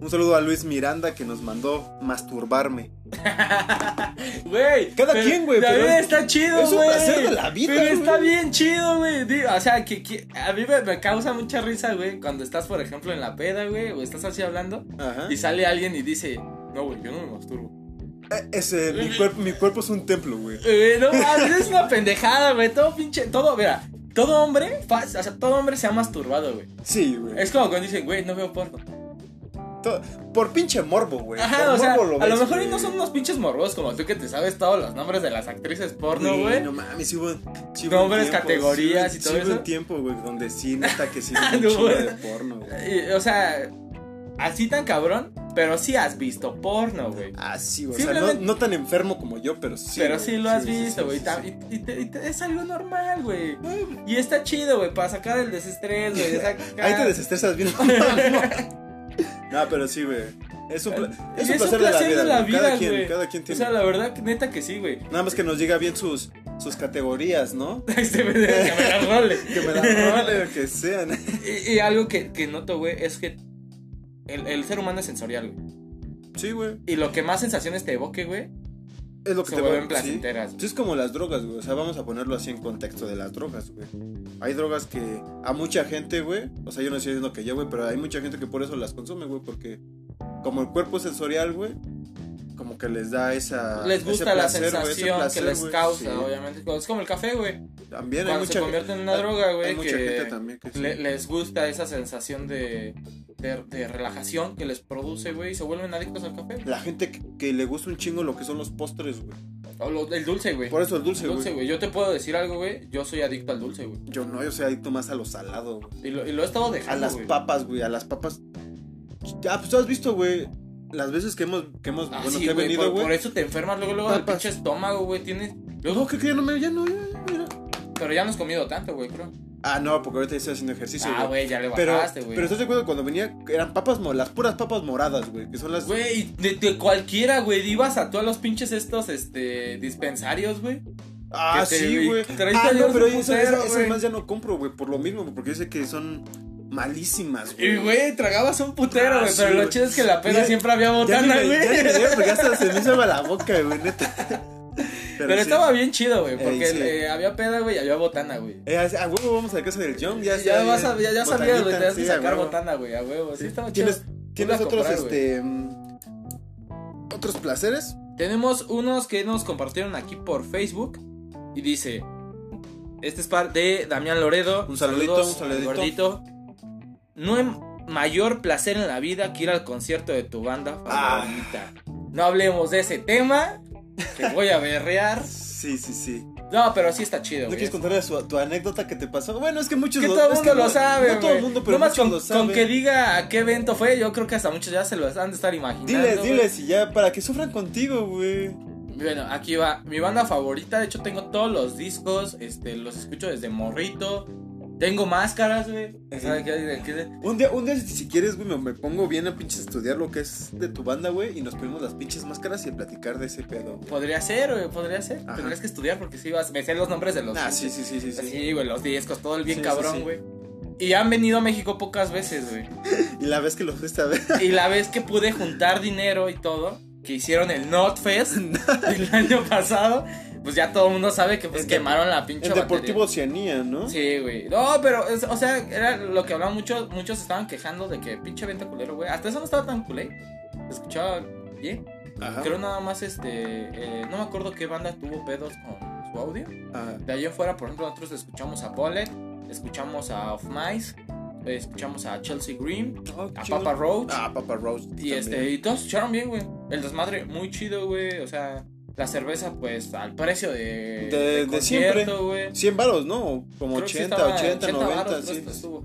Speaker 1: Un saludo a Luis Miranda que nos mandó masturbarme.
Speaker 2: *laughs* Güey.
Speaker 1: Cada
Speaker 2: pero
Speaker 1: quien, güey,
Speaker 2: También
Speaker 1: pero
Speaker 2: está chido, güey.
Speaker 1: es un placer de la vida,
Speaker 2: Pero está
Speaker 1: güey.
Speaker 2: bien chido, güey. Digo, O sea, que, que- a mí me, me causa mucha risa, güey, cuando estás, por ejemplo, en la peda, güey, o estás así hablando
Speaker 1: Ajá.
Speaker 2: y sale alguien y dice, no, güey, yo no me masturbo.
Speaker 1: Eh, ese, mi, cuerpo, mi cuerpo es un templo, güey.
Speaker 2: Eh, no, mames, es una pendejada, güey. Todo pinche, todo, mira, todo hombre, fa- o sea, todo hombre se ha masturbado, güey.
Speaker 1: Sí, güey.
Speaker 2: Es como cuando dicen, güey, no veo porno.
Speaker 1: To- Por pinche morbo, güey.
Speaker 2: Ajá,
Speaker 1: Por
Speaker 2: o sea,
Speaker 1: morbo
Speaker 2: a lo
Speaker 1: ves,
Speaker 2: mejor y
Speaker 1: güey.
Speaker 2: no son unos pinches morbosos como tú que te sabes todos los nombres de las actrices porno, güey.
Speaker 1: No mames, sí hubo. sí hubo un
Speaker 2: Nombres,
Speaker 1: tiempo,
Speaker 2: categorías
Speaker 1: sí
Speaker 2: y
Speaker 1: hubo-
Speaker 2: todo
Speaker 1: sí hubo
Speaker 2: eso. Ah,
Speaker 1: un tiempo, güey, donde
Speaker 2: *laughs*
Speaker 1: sí, neta, que sí. hubo
Speaker 2: No,
Speaker 1: un chingo
Speaker 2: güey.
Speaker 1: de porno, güey.
Speaker 2: Y, o sea, así tan cabrón, pero sí has visto porno, güey.
Speaker 1: Ah, sí, güey. O sea,
Speaker 2: Simplemente-
Speaker 1: no, no tan enfermo como yo, pero sí.
Speaker 2: pero
Speaker 1: güey.
Speaker 2: sí lo has
Speaker 1: sí, sí,
Speaker 2: visto,
Speaker 1: sí,
Speaker 2: güey.
Speaker 1: sí,
Speaker 2: tam-
Speaker 1: sí.
Speaker 2: Y, y te- y te- es algo normal, güey. Y está chido, güey, para sacar el desestrés, güey.
Speaker 1: *laughs*
Speaker 2: sacar-
Speaker 1: Ahí te desestresas bien. no, pero sí, güey. Es un, pla- es un placer, de la vida. güey. cada, quien,
Speaker 2: güey.
Speaker 1: cada quien
Speaker 2: O
Speaker 1: tiene.
Speaker 2: sea, la verdad, neta que sí, güey.
Speaker 1: Nada más que nos diga bien sus, sus categorías, *laughs* ¿no?
Speaker 2: Este me, que me la role.
Speaker 1: *laughs* Que me la role o que sean.
Speaker 2: *laughs* Y, y algo que, que noto, güey, es que el, el ser humano es sensorial, güey.
Speaker 1: Sí, güey.
Speaker 2: Y lo que más sensaciones te evoque, güey,
Speaker 1: Es lo que
Speaker 2: se
Speaker 1: te
Speaker 2: vuelven
Speaker 1: va- sí.
Speaker 2: placenteras. güey.
Speaker 1: Sí, es como las drogas, güey. O sea, vamos a ponerlo así en contexto de las drogas, güey. Hay drogas que a mucha gente, güey. O sea, yo no estoy diciendo que yo, güey, pero hay mucha gente que por eso las consume, güey. Porque como el cuerpo es sensorial, güey, como que les da esa.
Speaker 2: Les
Speaker 1: Ah, ese
Speaker 2: gusta la
Speaker 1: placer, güey, ese
Speaker 2: sensación
Speaker 1: placer,
Speaker 2: que les
Speaker 1: güey.
Speaker 2: causa,
Speaker 1: Sí.
Speaker 2: obviamente. Es como el café, güey.
Speaker 1: También hay
Speaker 2: Cuando se
Speaker 1: mucha
Speaker 2: convierte en una
Speaker 1: hay-
Speaker 2: droga,
Speaker 1: Hay
Speaker 2: güey,
Speaker 1: mucha gente
Speaker 2: que
Speaker 1: también que sí.
Speaker 2: le- les gusta esa sensación de, de, de relajación que les produce, güey, y se vuelven adictos al café.
Speaker 1: La gente que, que le gusta un chingo lo que son los postres, güey.
Speaker 2: O lo- el dulce, güey.
Speaker 1: Por eso el
Speaker 2: El
Speaker 1: dulce,
Speaker 2: dulce,
Speaker 1: güey.
Speaker 2: güey. Yo te puedo decir algo, güey. Yo soy adicto al dulce, güey.
Speaker 1: Yo no, yo soy adicto más a lo salado, güey.
Speaker 2: Y lo, y lo he estado
Speaker 1: A
Speaker 2: dejando,
Speaker 1: las
Speaker 2: güey.
Speaker 1: papas, güey, a las papas. Ah, pues tú has visto, güey, las veces que hemos, que hemos,
Speaker 2: Ah,
Speaker 1: bueno,
Speaker 2: sí,
Speaker 1: que he
Speaker 2: güey,
Speaker 1: venido,
Speaker 2: por, por
Speaker 1: güey.
Speaker 2: eso te enfermas luego, luego del
Speaker 1: Papas.
Speaker 2: pinche estómago, güey. Tienes...
Speaker 1: No,
Speaker 2: Luego,
Speaker 1: que que ya no me, ya no, ya, ya, mira.
Speaker 2: pero ya no has comido tanto, güey, creo.
Speaker 1: Ah, no, porque ahorita estoy haciendo ejercicio,
Speaker 2: ah,
Speaker 1: güey.
Speaker 2: güey, ya le
Speaker 1: Pero,
Speaker 2: bajaste, güey.
Speaker 1: pero estás de acuerdo cuando venía, eran papas, mo- las puras papas moradas, güey, que son las.
Speaker 2: Güey, de, de cualquiera, güey. Ibas a tú a los pinches estos, este, dispensarios, güey.
Speaker 1: ah,
Speaker 2: que te-
Speaker 1: sí, güey.
Speaker 2: que traes
Speaker 1: Ah,
Speaker 2: ahí
Speaker 1: no,
Speaker 2: un
Speaker 1: pero esas,
Speaker 2: putero,
Speaker 1: esas- esas
Speaker 2: güey.
Speaker 1: más ya no compro, güey, por lo mismo, güey, porque yo sé que son malísimas,
Speaker 2: Y,
Speaker 1: güey.
Speaker 2: güey, tragabas un putero,
Speaker 1: Ah,
Speaker 2: güey.
Speaker 1: sí,
Speaker 2: pero lo
Speaker 1: güey.
Speaker 2: chido es que la pena
Speaker 1: Ya-
Speaker 2: siempre había
Speaker 1: Ya ni me,
Speaker 2: botana,
Speaker 1: ya ni me
Speaker 2: *laughs* güey.
Speaker 1: dio, porque hasta se me hizo agua la boca, güey, neta.
Speaker 2: Pero,
Speaker 1: sí.
Speaker 2: estaba bien chido, güey. Porque
Speaker 1: Ey, sí.
Speaker 2: eh, había peda, güey, y había botana, güey.
Speaker 1: Eh, así, a huevo vamos a la casa del John, ya
Speaker 2: Ya,
Speaker 1: está,
Speaker 2: vas a- ya, ya sabías, güey.
Speaker 1: botanita,
Speaker 2: Te has de
Speaker 1: sí, a
Speaker 2: sacar
Speaker 1: huevo.
Speaker 2: botana, güey, a huevo. Sí, estaba chido.
Speaker 1: ¿Tienes, ¿tienes
Speaker 2: Ponla a
Speaker 1: otros,
Speaker 2: comprar, güey.
Speaker 1: este, mm, otros placeres?
Speaker 2: Tenemos unos que nos compartieron aquí por Facebook. Y dice: Este es par de Damián Loredo.
Speaker 1: Un saludito,
Speaker 2: Saludos
Speaker 1: un
Speaker 2: al
Speaker 1: saludito.
Speaker 2: Gordito. No hay mayor placer en la vida que ir al concierto de tu banda
Speaker 1: Ah.
Speaker 2: favorita. No hablemos de ese tema. Que voy a berrear.
Speaker 1: Sí, sí, sí.
Speaker 2: No, pero sí está chido,
Speaker 1: ¿No
Speaker 2: güey.
Speaker 1: quieres contarle su- tu anécdota que te pasó? Bueno, es que muchos
Speaker 2: que
Speaker 1: lo-
Speaker 2: todo el
Speaker 1: es
Speaker 2: mundo
Speaker 1: que
Speaker 2: lo
Speaker 1: no-
Speaker 2: sabe,
Speaker 1: No todo el
Speaker 2: güey.
Speaker 1: mundo, pero
Speaker 2: Nomás
Speaker 1: muchos
Speaker 2: con,
Speaker 1: lo saben.
Speaker 2: con que diga a qué evento fue, yo creo que hasta muchos ya se lo han de estar imaginando.
Speaker 1: Diles,
Speaker 2: güey.
Speaker 1: diles, y ya, para que sufran contigo, güey.
Speaker 2: Bueno, aquí va. Mi banda favorita, de hecho tengo todos los discos, este, los escucho desde morrito. Tengo máscaras, güey. O sea, que- que-
Speaker 1: Un día, un día, si- si quieres, güey, me, me pongo bien a pinches estudiar lo que es de tu banda, güey, y nos ponemos las pinches máscaras y a platicar de ese pedo, güey.
Speaker 2: Podría ser, güey, podría ser.
Speaker 1: Ajá.
Speaker 2: Tendrías que estudiar porque si vas, me sé los nombres de los
Speaker 1: Ah, sí,
Speaker 2: discos.
Speaker 1: sí, sí, sí, sí.
Speaker 2: Sí, güey, los discos, todo el bien
Speaker 1: Sí, sí, sí.
Speaker 2: cabrón, güey. Y han venido a México pocas veces, güey.
Speaker 1: Y la vez que lo fuiste a ver.
Speaker 2: Y la vez que pude juntar dinero y todo, que hicieron el Not
Speaker 1: *laughs*
Speaker 2: Fest del año pasado, pues ya todo el mundo sabe que pues
Speaker 1: En dep-
Speaker 2: quemaron la pinche
Speaker 1: En
Speaker 2: batería.
Speaker 1: Deportivo Oceanía, ¿no?
Speaker 2: Sí, güey. No, pero, es- o sea, era lo que hablaban muchos. Muchos estaban quejando de que pinche venta culero, güey. Hasta eso no estaba tan culé. Se escuchaba bien.
Speaker 1: Ajá.
Speaker 2: Creo nada más, este. eh, no me acuerdo qué banda tuvo pedos con su audio.
Speaker 1: Ah,
Speaker 2: De allá afuera, por ejemplo, nosotros escuchamos a Bullet, escuchamos a Of Mice, eh, escuchamos a Chelsea Green,
Speaker 1: oh,
Speaker 2: a
Speaker 1: chido.
Speaker 2: Papa Roach.
Speaker 1: Ah, Papa Roach.
Speaker 2: Y, este, y todos escucharon bien, güey. El desmadre, muy chido, güey. O sea, la cerveza, pues, al precio de.
Speaker 1: De- de
Speaker 2: concierto,
Speaker 1: siempre.
Speaker 2: güey.
Speaker 1: 100 varos, ¿no? Como
Speaker 2: Creo que sí
Speaker 1: 80,
Speaker 2: estaba
Speaker 1: 80, 90,
Speaker 2: varos, creo
Speaker 1: sí.
Speaker 2: que estuvo.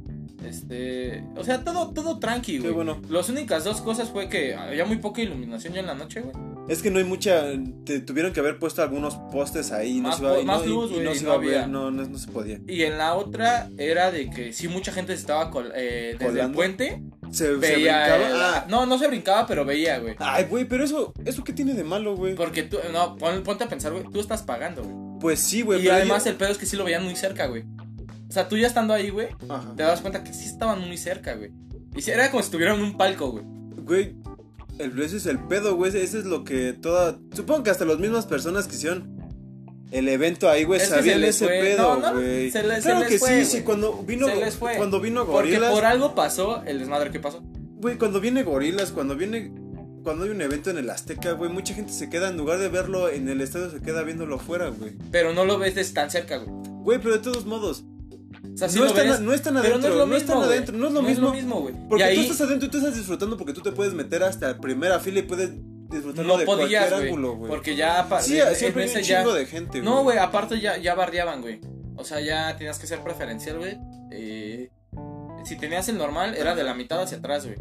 Speaker 2: Este, o sea, todo, todo tranqui,
Speaker 1: Qué
Speaker 2: güey.
Speaker 1: bueno.
Speaker 2: Las únicas dos cosas fue que había muy poca iluminación ya en la noche, güey.
Speaker 1: Es que no hay mucha. Te tuvieron que haber puesto algunos postes ahí. no
Speaker 2: Más
Speaker 1: se iba,
Speaker 2: po-
Speaker 1: y
Speaker 2: más
Speaker 1: no, y-
Speaker 2: luz,
Speaker 1: y
Speaker 2: güey,
Speaker 1: no
Speaker 2: y
Speaker 1: se
Speaker 2: no
Speaker 1: iba a ver,
Speaker 2: había.
Speaker 1: no, no, no se podía.
Speaker 2: Y en la otra era de que sí mucha gente se estaba col- eh, desde el
Speaker 1: Colando.
Speaker 2: puente.
Speaker 1: Se, se
Speaker 2: veía
Speaker 1: brincaba.
Speaker 2: el-
Speaker 1: Ah,
Speaker 2: No, no se brincaba, pero veía, güey.
Speaker 1: Ay, güey, pero eso, ¿eso qué tiene de malo, güey?
Speaker 2: Porque tú, no, pon- ponte a pensar, güey, tú estás pagando, güey.
Speaker 1: Pues sí, güey.
Speaker 2: y
Speaker 1: pero
Speaker 2: además
Speaker 1: ya-
Speaker 2: el pedo es que sí lo veían muy cerca, güey. O sea, tú ya estando ahí, güey,
Speaker 1: Ajá.
Speaker 2: te das cuenta que sí estaban muy cerca, güey. Y sí, era como si estuvieran en un palco, güey.
Speaker 1: Güey, el, ese es el pedo, güey. Ese ese es lo que toda. Supongo que hasta las mismas personas que hicieron el evento ahí, güey,
Speaker 2: Es que
Speaker 1: sabían
Speaker 2: se les
Speaker 1: ese
Speaker 2: fue.
Speaker 1: pedo,
Speaker 2: No, no,
Speaker 1: güey.
Speaker 2: se les- se
Speaker 1: claro
Speaker 2: les
Speaker 1: que
Speaker 2: fue,
Speaker 1: sí,
Speaker 2: güey.
Speaker 1: sí. Cuando vino,
Speaker 2: Se les fue.
Speaker 1: cuando vino
Speaker 2: Porque
Speaker 1: Gorilas.
Speaker 2: por algo pasó el desmadre que pasó.
Speaker 1: Güey, cuando viene Gorilas, cuando viene. Cuando hay un evento en el Azteca, güey, mucha gente se queda, en lugar de verlo en el estadio, se queda viéndolo afuera, güey.
Speaker 2: Pero no lo ves desde tan cerca, güey.
Speaker 1: Güey, pero de todos modos,
Speaker 2: O sea, sí
Speaker 1: no,
Speaker 2: lo
Speaker 1: están,
Speaker 2: ves,
Speaker 1: no están
Speaker 2: pero
Speaker 1: adentro,
Speaker 2: no es
Speaker 1: no,
Speaker 2: lo mismo.
Speaker 1: están
Speaker 2: güey.
Speaker 1: adentro, no es lo mismo.
Speaker 2: güey.
Speaker 1: Porque
Speaker 2: y ahí
Speaker 1: tú estás adentro y tú estás disfrutando porque tú te puedes meter hasta la primera fila y puedes disfrutarlo
Speaker 2: no
Speaker 1: de
Speaker 2: podías,
Speaker 1: cualquier
Speaker 2: güey.
Speaker 1: ángulo, güey.
Speaker 2: Porque ya pa-
Speaker 1: Sí,
Speaker 2: en- en
Speaker 1: siempre hay
Speaker 2: ese
Speaker 1: un
Speaker 2: ya-
Speaker 1: chingo de gente,
Speaker 2: No, güey, aparte ya, ya bardeaban, güey. O sea, ya tenías que ser preferencial, güey. Eh, si tenías el normal, era de la mitad hacia atrás, güey.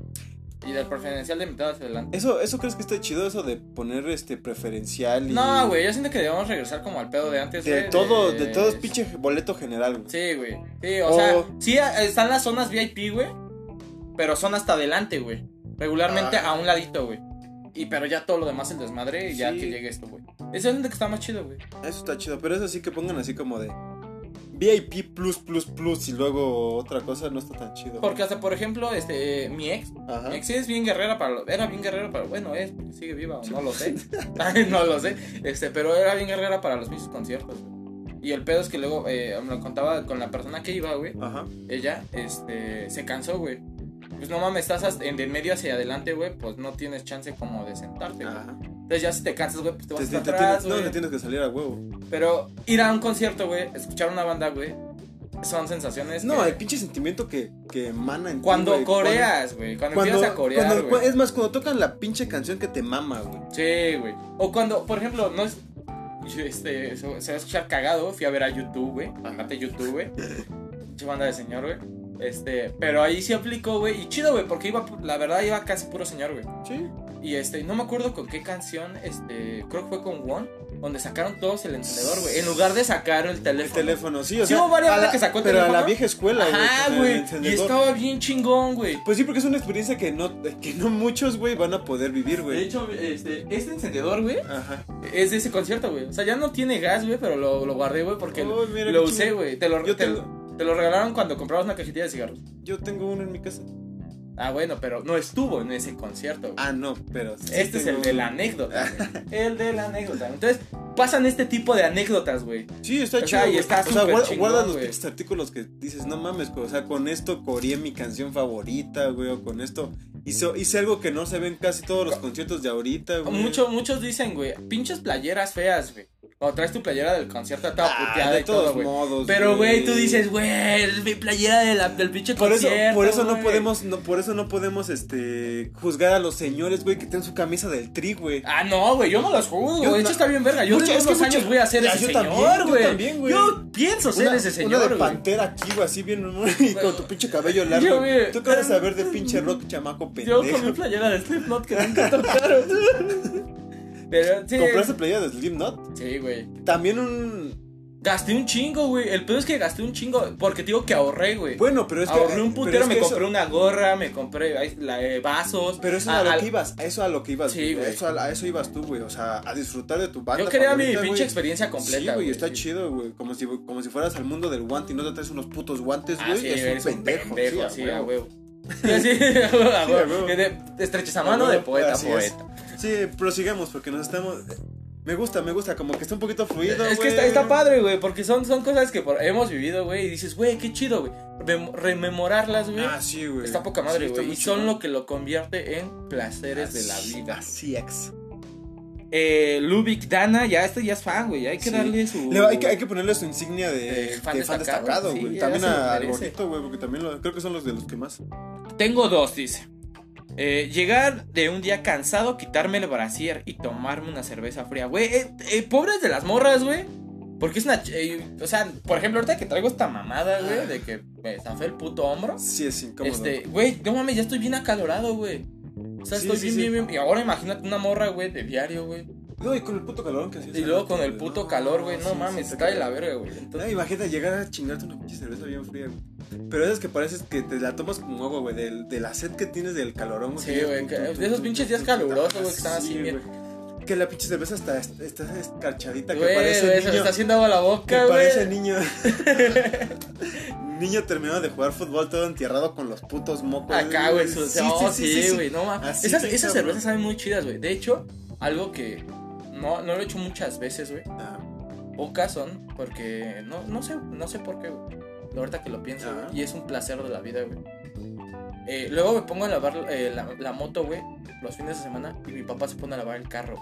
Speaker 2: Y del preferencial de mitad hacia adelante.
Speaker 1: ¿Eso, ¿Eso crees que está chido, eso de poner este preferencial y.
Speaker 2: No, güey, yo siento que debemos regresar como al pedo de antes,
Speaker 1: De
Speaker 2: güey.
Speaker 1: todo, de todos pinche boleto general, güey.
Speaker 2: Sí, güey. Sí, o
Speaker 1: O-
Speaker 2: sea, sí eh, están las zonas VIP, güey. Pero son hasta adelante, güey. Regularmente
Speaker 1: Ah.
Speaker 2: a un ladito, güey. Y pero ya todo lo demás el desmadre, ya
Speaker 1: Sí.
Speaker 2: que llegue esto, güey. Eso es donde que está más chido, güey.
Speaker 1: Eso está chido, pero eso sí que pongan así como de. VIP plus plus plus y luego otra cosa no está tan chido.
Speaker 2: Porque hasta, por ejemplo, este, mi ex,
Speaker 1: Ajá.
Speaker 2: mi ex es bien guerrera para lo- era bien guerrera para, bueno, es, porque sigue viva o no
Speaker 1: *laughs*
Speaker 2: lo sé. *laughs* no lo sé. Este, pero era bien guerrera para los mismos conciertos, güey. Y el pedo es que luego eh, me lo contaba con la persona que iba, güey.
Speaker 1: Ajá.
Speaker 2: ella este, se cansó, güey. Pues no mames, estás hasta- en de medio hacia adelante, güey, pues no tienes chance como de sentarte. güey.
Speaker 1: Ajá.
Speaker 2: Entonces ya si te cansas, güey, pues te vas
Speaker 1: Ah. Te-
Speaker 2: hasta
Speaker 1: te- te
Speaker 2: atrás,
Speaker 1: tienes- no,
Speaker 2: güey.
Speaker 1: te tienes que salir a huevo.
Speaker 2: Pero ir a un concierto, güey, escuchar una banda, güey, son sensaciones.
Speaker 1: No,
Speaker 2: que-
Speaker 1: el pinche sentimiento que, que emana en ti,
Speaker 2: cuando
Speaker 1: güey,
Speaker 2: coreas, güey, cuando,
Speaker 1: Cuando,
Speaker 2: empiezas a corear,
Speaker 1: cuando-
Speaker 2: güey.
Speaker 1: es más, cuando tocan la pinche canción que te mama, güey.
Speaker 2: Sí, güey. O cuando, por ejemplo, no es. yo, Este, se se va a escuchar cagado. Fui a ver a YouTube, güey. Andate
Speaker 1: *laughs*
Speaker 2: YouTube, güey. Pinche banda de señor, güey. Este, pero ahí sí aplicó, güey. Y chido, güey, porque iba, pu- la verdad, iba casi puro señor, güey.
Speaker 1: Sí.
Speaker 2: Y este, no me acuerdo con qué canción, este, creo que fue con One, donde sacaron todos el encendedor, güey. En lugar de sacar el
Speaker 1: El
Speaker 2: teléfono.
Speaker 1: teléfono, sí, o
Speaker 2: Sí,
Speaker 1: sea.
Speaker 2: hubo varias
Speaker 1: a
Speaker 2: veces
Speaker 1: la-
Speaker 2: que sacó el
Speaker 1: Pero a la
Speaker 2: teléfono.
Speaker 1: vieja escuela, güey. con
Speaker 2: Ajá,
Speaker 1: el
Speaker 2: güey. Y
Speaker 1: encendedor.
Speaker 2: estaba bien chingón, güey.
Speaker 1: Pues sí, porque es una experiencia que no, que no muchos, güey, van a poder vivir,
Speaker 2: De
Speaker 1: güey.
Speaker 2: hecho, este, este encendedor, güey,
Speaker 1: Ajá.
Speaker 2: es de ese concierto, güey. O sea, ya no tiene gas, güey, pero lo, lo guardé, güey, porque
Speaker 1: Oh, mira
Speaker 2: lo
Speaker 1: qué
Speaker 2: usé,
Speaker 1: chido.
Speaker 2: güey. Te lo,
Speaker 1: Yo
Speaker 2: te,
Speaker 1: tengo,
Speaker 2: te lo regalaron cuando comprabas una cajetilla de cigarros.
Speaker 1: yo tengo uno en mi casa.
Speaker 2: Ah, bueno, pero no estuvo en ese concierto, güey.
Speaker 1: Ah, no, pero. sí
Speaker 2: Este es
Speaker 1: tengo
Speaker 2: el de
Speaker 1: uno.
Speaker 2: la anécdota. güey.
Speaker 1: *laughs*
Speaker 2: el de la anécdota. Entonces, pasan este tipo de anécdotas, güey.
Speaker 1: Sí, está
Speaker 2: O sea,
Speaker 1: chido.
Speaker 2: y
Speaker 1: güey.
Speaker 2: está
Speaker 1: o sea,
Speaker 2: súper
Speaker 1: guarda,
Speaker 2: chingón,
Speaker 1: guarda los
Speaker 2: güey.
Speaker 1: pinches artículos que dices, no mames, güey, o sea, con esto coreé mi canción favorita, güey, o con esto hice, hice algo que no se ve en casi todos los conciertos de ahorita, güey.
Speaker 2: Mucho, muchos dicen, güey, pinches playeras feas, güey. Cuando traes tu playera del concierto, toda
Speaker 1: Ah,
Speaker 2: puteada
Speaker 1: de
Speaker 2: y todo,
Speaker 1: todos
Speaker 2: güey.
Speaker 1: modos.
Speaker 2: Pero, güey, tú dices, güey, es mi playera de la- del pinche
Speaker 1: Por eso,
Speaker 2: concierto.
Speaker 1: por eso no
Speaker 2: güey".
Speaker 1: podemos, no, por eso no podemos este juzgar a los señores, güey, que tienen su camisa del tri, güey.
Speaker 2: Ah, no, güey, yo no los juzgo,
Speaker 1: Yo
Speaker 2: güey. De hecho,
Speaker 1: no-
Speaker 2: está bien verga. Yo
Speaker 1: Mucha-
Speaker 2: en
Speaker 1: es que
Speaker 2: unos años
Speaker 1: mucha-
Speaker 2: voy a ser
Speaker 1: Ya,
Speaker 2: ese
Speaker 1: yo también,
Speaker 2: señor,
Speaker 1: yo
Speaker 2: güey.
Speaker 1: también, güey.
Speaker 2: Yo pienso ser ese
Speaker 1: una
Speaker 2: señor,
Speaker 1: de
Speaker 2: güey.
Speaker 1: pantera aquí, güey, así bien *laughs* y con tu pinche cabello largo.
Speaker 2: Yo, güey.
Speaker 1: ¿Tú qué vas a saber de pinche rock chamaco pendejo?
Speaker 2: Yo con mi playera de Slipknot que
Speaker 1: *laughs*
Speaker 2: nunca tocaron. Pero, sí.
Speaker 1: ¿Compraste playera de Slipknot?
Speaker 2: Sí, güey.
Speaker 1: También un...
Speaker 2: Gasté un chingo, güey. El pedo es que gasté un chingo porque te digo que ahorré, güey.
Speaker 1: Bueno, pero es que... eh,
Speaker 2: Ahorré Ah, un
Speaker 1: pero
Speaker 2: putero,
Speaker 1: es
Speaker 2: me
Speaker 1: que
Speaker 2: compré
Speaker 1: eso-
Speaker 2: una gorra, me compré ay, la, eh, vasos.
Speaker 1: Pero eso es
Speaker 2: Ah,
Speaker 1: a lo
Speaker 2: al-
Speaker 1: que ibas, a eso a lo que ibas,
Speaker 2: Sí,
Speaker 1: güey,
Speaker 2: güey.
Speaker 1: a, eso, a, a eso ibas tú, güey, o sea, a disfrutar de tu banda
Speaker 2: Yo quería mi
Speaker 1: favorita,
Speaker 2: pinche
Speaker 1: güey.
Speaker 2: experiencia completa.
Speaker 1: Sí, güey, está chido, güey, como si, como si fueras al mundo del guante y no te traes unos putos guantes,
Speaker 2: Ah,
Speaker 1: güey,
Speaker 2: sí,
Speaker 1: es
Speaker 2: eres
Speaker 1: un pendejo,
Speaker 2: sí,
Speaker 1: *laughs*
Speaker 2: a huevo. Sí, sí, a huevo, a
Speaker 1: Sí, a
Speaker 2: huevo.
Speaker 1: huevo.
Speaker 2: Que te- te estreches a mano de
Speaker 1: huevo,
Speaker 2: poeta,
Speaker 1: así es.
Speaker 2: poeta.
Speaker 1: Sí, prosigamos porque nos estamos. Me gusta, me gusta, como que está un poquito fluido.
Speaker 2: Es que
Speaker 1: güey.
Speaker 2: está, está padre, güey, porque son, son cosas que por- hemos vivido, güey, y dices, güey, qué chido, güey. Remem- Rememorarlas, güey.
Speaker 1: Ah, sí, güey.
Speaker 2: ¿eh? está poca madre,
Speaker 1: Sí,
Speaker 2: güey.
Speaker 1: está
Speaker 2: y
Speaker 1: muy
Speaker 2: son
Speaker 1: chido.
Speaker 2: lo que lo convierte en placeres de la
Speaker 1: Así-
Speaker 2: vida.
Speaker 1: Así ex.
Speaker 2: Eh, Lubic Dana, ya este ya es fan, güey. Hay que
Speaker 1: Sí.
Speaker 2: darle su.
Speaker 1: Le- hay, que, hay que ponerle su insignia de,
Speaker 2: Eh, fan
Speaker 1: de fan
Speaker 2: destacado,
Speaker 1: destacado,
Speaker 2: sí,
Speaker 1: güey.
Speaker 2: ya
Speaker 1: También
Speaker 2: se lo
Speaker 1: a- al
Speaker 2: merece.
Speaker 1: gordito, güey, porque también lo- creo que son los de los que más.
Speaker 2: Tengo dos, dice. Eh, llegar de un día cansado, quitarme el brasier y tomarme una cerveza fría. Güey, eh, eh, pobres de las morras, güey. Porque es una... ch- eh, o sea, por ejemplo, ahorita que traigo esta mamada,
Speaker 1: Ah.
Speaker 2: güey, de que me zafé el puto hombro.
Speaker 1: Sí, es incómodo.
Speaker 2: Este, güey, no mames, ya estoy bien acalorado, güey. O sea,
Speaker 1: Sí,
Speaker 2: estoy
Speaker 1: sí,
Speaker 2: bien,
Speaker 1: sí.
Speaker 2: bien, bien. Y ahora imagínate una morra, güey, de diario, güey.
Speaker 1: No, y con el puto calor que hacía.
Speaker 2: Y
Speaker 1: hace
Speaker 2: luego
Speaker 1: rato,
Speaker 2: con el
Speaker 1: güey.
Speaker 2: puto calor, güey. No
Speaker 1: sí,
Speaker 2: mames,
Speaker 1: sí,
Speaker 2: está de
Speaker 1: caga.
Speaker 2: la verga, güey.
Speaker 1: No,
Speaker 2: Entonces,
Speaker 1: imagínate llegar a chingarte una pinche cerveza bien fría, güey. Pero esas que pareces que te la tomas como agua, güey, del- de, la sed que tienes del calorón,
Speaker 2: Sí,
Speaker 1: que-
Speaker 2: güey, que-
Speaker 1: tu, tu, tu,
Speaker 2: de esos
Speaker 1: tu,
Speaker 2: pinches
Speaker 1: tu,
Speaker 2: días
Speaker 1: tu,
Speaker 2: calurosos,
Speaker 1: tu,
Speaker 2: güey, que están así,
Speaker 1: sí,
Speaker 2: bien.
Speaker 1: güey. Que la pinche cerveza está, está escarchadita, que
Speaker 2: güey,
Speaker 1: parece
Speaker 2: güey, se
Speaker 1: niño.
Speaker 2: me está haciendo agua la
Speaker 1: que
Speaker 2: boca,
Speaker 1: parece
Speaker 2: güey.
Speaker 1: niño. *laughs* niño terminado de jugar fútbol todo entierrado con los putos mocos.
Speaker 2: Acá, güey, su- oh, sí, güey, no mames.
Speaker 1: Así
Speaker 2: Esas,
Speaker 1: está,
Speaker 2: esas
Speaker 1: cabrón.
Speaker 2: cervezas saben muy chidas, güey. De hecho, algo que no, no lo he hecho muchas veces, güey.
Speaker 1: Ah,
Speaker 2: Pocas son, porque no, no sé, no sé por qué, güey. Ahorita que lo pienso,
Speaker 1: Ajá.
Speaker 2: güey, y es un placer de la vida, güey. Eh, luego me pongo a lavar eh, la, la moto, güey, los fines de semana, y mi papá se pone a lavar el carro.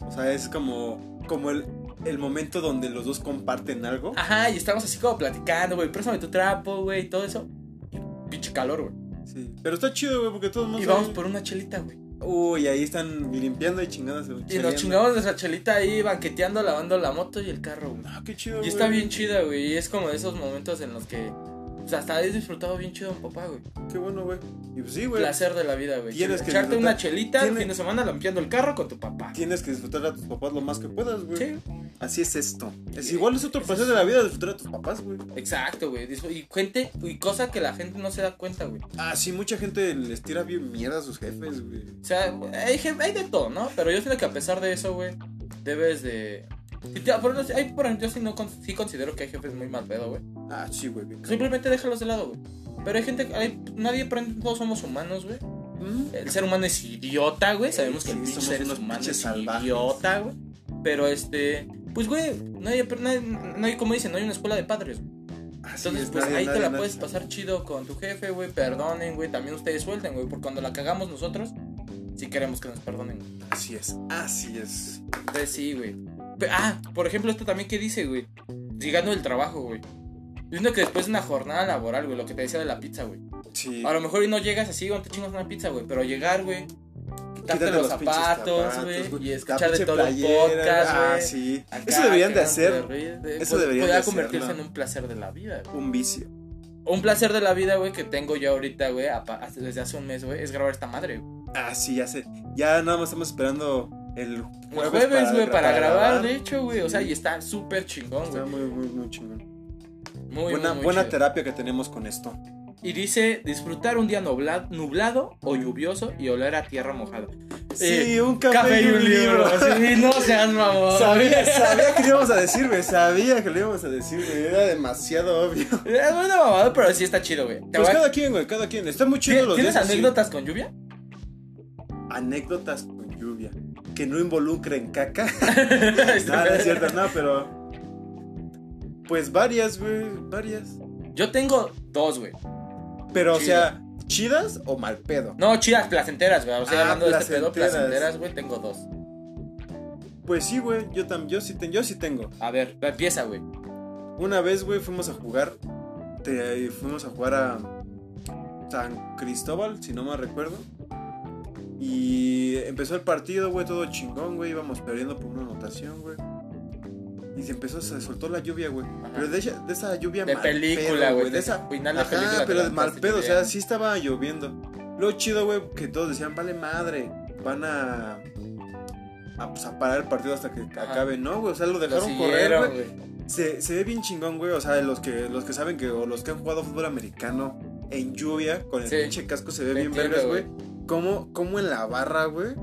Speaker 1: o sea, es como, como el, el momento donde los dos comparten algo.
Speaker 2: Ajá, y estamos así como platicando, güey, préstame tu trapo, güey, y todo eso. Y pinche calor, güey.
Speaker 1: Sí. Pero está chido, güey, porque todos
Speaker 2: Y
Speaker 1: mundo
Speaker 2: vamos por una chelita, güey.
Speaker 1: Uy, ahí están limpiando y chingadas.
Speaker 2: Y nos chingamos nuestra chelita ahí, banqueteando, lavando la moto y el carro, güey.
Speaker 1: Ah, qué chido.
Speaker 2: Y está
Speaker 1: güey.
Speaker 2: bien chida, güey. Y es como de esos momentos en los que. O sea, hasta has disfrutado bien chido, papá, güey.
Speaker 1: Qué bueno, güey. Y pues sí, güey.
Speaker 2: Placer de la vida, güey.
Speaker 1: Tienes que
Speaker 2: Echarte
Speaker 1: disfrutar.
Speaker 2: una chelita el
Speaker 1: Tiene-
Speaker 2: fin de semana limpiando el carro con tu papá.
Speaker 1: Tienes que disfrutar a tus papás lo más que puedas, güey.
Speaker 2: Sí,
Speaker 1: Así es esto. Es
Speaker 2: Sí,
Speaker 1: igual es otro
Speaker 2: es
Speaker 1: placer de la vida disfrutar a tus papás, güey.
Speaker 2: exacto, güey. Disfr- Y gente, y cosa que la gente no se da cuenta, güey.
Speaker 1: Ah, sí, mucha gente les tira bien mierda a sus jefes, güey.
Speaker 2: O sea, hay, gen- hay de todo, ¿no? Pero yo creo que a pesar de eso, güey, debes de. Y te- por ejemplo, hay- por ejemplo, yo sí, no, con- sí considero que hay jefes muy mal pedo, güey.
Speaker 1: Ah, sí, güey. bien cabrón.
Speaker 2: Simplemente déjalos de lado, güey. Pero hay gente, hay- nadie aprende, todos somos humanos, güey.
Speaker 1: Mm.
Speaker 2: El ser humano es idiota, güey. Sabemos que
Speaker 1: Sí,
Speaker 2: el pinche
Speaker 1: somos
Speaker 2: ser
Speaker 1: unos
Speaker 2: humano
Speaker 1: pinches
Speaker 2: es
Speaker 1: salvajes.
Speaker 2: idiota, güey. Pero este, pues güey, no hay, pero no hay- no hay- como dicen, no hay una escuela de padres. güey.
Speaker 1: Así
Speaker 2: Entonces,
Speaker 1: es,
Speaker 2: pues
Speaker 1: nadie-
Speaker 2: ahí te
Speaker 1: nadie-
Speaker 2: la
Speaker 1: nadie-
Speaker 2: puedes pasar chido con tu jefe, güey. Perdonen, güey. También ustedes suelten, güey. Porque cuando la cagamos nosotros, sí queremos que nos perdonen. güey.
Speaker 1: Así es, así es.
Speaker 2: Entonces, sí, güey. Pe- Ah, por ejemplo, esto también que dice, güey. Llegando del trabajo, güey. Diciendo que después de una jornada laboral, güey, lo que te decía de la pizza, güey.
Speaker 1: Sí.
Speaker 2: A lo mejor y no llegas así, o te chingas una pizza, güey. Pero llegar, güey. Quitarte
Speaker 1: Quítate
Speaker 2: los
Speaker 1: pinches
Speaker 2: zapatos, güey.
Speaker 1: zapatos,
Speaker 2: Y
Speaker 1: La
Speaker 2: escuchar de
Speaker 1: pinche
Speaker 2: todo el
Speaker 1: playera,
Speaker 2: podcast,
Speaker 1: Ah,
Speaker 2: güey.
Speaker 1: sí.
Speaker 2: Acá,
Speaker 1: Eso deberían de
Speaker 2: que no te
Speaker 1: hacer
Speaker 2: ríes, de-
Speaker 1: Eso
Speaker 2: pod-
Speaker 1: deberían
Speaker 2: podría
Speaker 1: de
Speaker 2: convertirse en
Speaker 1: hacerlo.
Speaker 2: un placer de la vida, güey.
Speaker 1: un vicio.
Speaker 2: Un placer de la vida, güey, que tengo yo ahorita, güey, apa- hace- desde hace un mes, güey, es grabar esta madre. güey.
Speaker 1: Ah, sí, ya sé. Ya nada más estamos esperando el
Speaker 2: El
Speaker 1: jueves,
Speaker 2: jueves, güey, para, grabar, de
Speaker 1: güey.
Speaker 2: hecho, güey. O sea,
Speaker 1: Sí.
Speaker 2: y está súper chingón, güey.
Speaker 1: Está muy, muy, muy chingón.
Speaker 2: Muy,
Speaker 1: buena
Speaker 2: muy, muy
Speaker 1: buena
Speaker 2: chido.
Speaker 1: terapia que tenemos con esto.
Speaker 2: Y dice, disfrutar un día nublado, nublado o lluvioso y oler a tierra mojada. Eh,
Speaker 1: Sí, un café, y un libro.
Speaker 2: *laughs* Sí, no seas mamón. *laughs*
Speaker 1: Sabía, sabía que lo íbamos a decir, güey. Sabía que lo íbamos a decir, güey. Era demasiado obvio.
Speaker 2: Es una mamada, pero sí está chido, güey. Te
Speaker 1: Pues
Speaker 2: voy a-
Speaker 1: cada quien, güey, cada quien. Está muy chido
Speaker 2: ¿Tienes
Speaker 1: los
Speaker 2: tienes
Speaker 1: días así.
Speaker 2: anécdotas con lluvia? *laughs*
Speaker 1: Anécdotas con lluvia. Que no involucren
Speaker 2: *laughs*
Speaker 1: caca. *laughs*
Speaker 2: Está
Speaker 1: Nada,
Speaker 2: bien.
Speaker 1: es cierto, no, pero. Pues varias, güey. Varias.
Speaker 2: Yo tengo dos, güey.
Speaker 1: Pero, o
Speaker 2: Chido.
Speaker 1: sea, ¿chidas o mal pedo?
Speaker 2: No, chidas, placenteras, güey. O sea,
Speaker 1: Ah,
Speaker 2: hablando de este pedo,
Speaker 1: placenteras.
Speaker 2: placenteras, güey, tengo dos.
Speaker 1: Pues sí, güey, yo, tam- yo, sí ten- yo sí tengo.
Speaker 2: A ver, empieza, güey.
Speaker 1: Una vez, güey, fuimos a jugar. te- fuimos a jugar a San Cristóbal, si no mal recuerdo. Y empezó el partido, güey, todo chingón, güey. Íbamos perdiendo por una anotación, güey. Y se empezó, se soltó la lluvia, güey. Pero de, esa- de esa lluvia
Speaker 2: De
Speaker 1: mal
Speaker 2: película,
Speaker 1: pedo,
Speaker 2: güey.
Speaker 1: De esa
Speaker 2: final de
Speaker 1: Ajá,
Speaker 2: película. te
Speaker 1: pero de
Speaker 2: levantaste
Speaker 1: mal pedo, o
Speaker 2: lloviendo.
Speaker 1: sea, sí estaba lloviendo. Lo chido, güey, que todos decían, vale madre, van a, a, pues, a parar el partido hasta que
Speaker 2: Ajá.
Speaker 1: acabe, ¿no, güey? O sea, lo
Speaker 2: Lo
Speaker 1: dejaron correr,
Speaker 2: siguieron,
Speaker 1: güey.
Speaker 2: güey.
Speaker 1: Se, se ve bien chingón, güey, o sea, los que, los que saben que, o los que han jugado fútbol americano en lluvia, con el
Speaker 2: Sí.
Speaker 1: pinche casco, se ve
Speaker 2: Te
Speaker 1: bien
Speaker 2: entiendo,
Speaker 1: vergas, güey. Como, como en la barra, güey.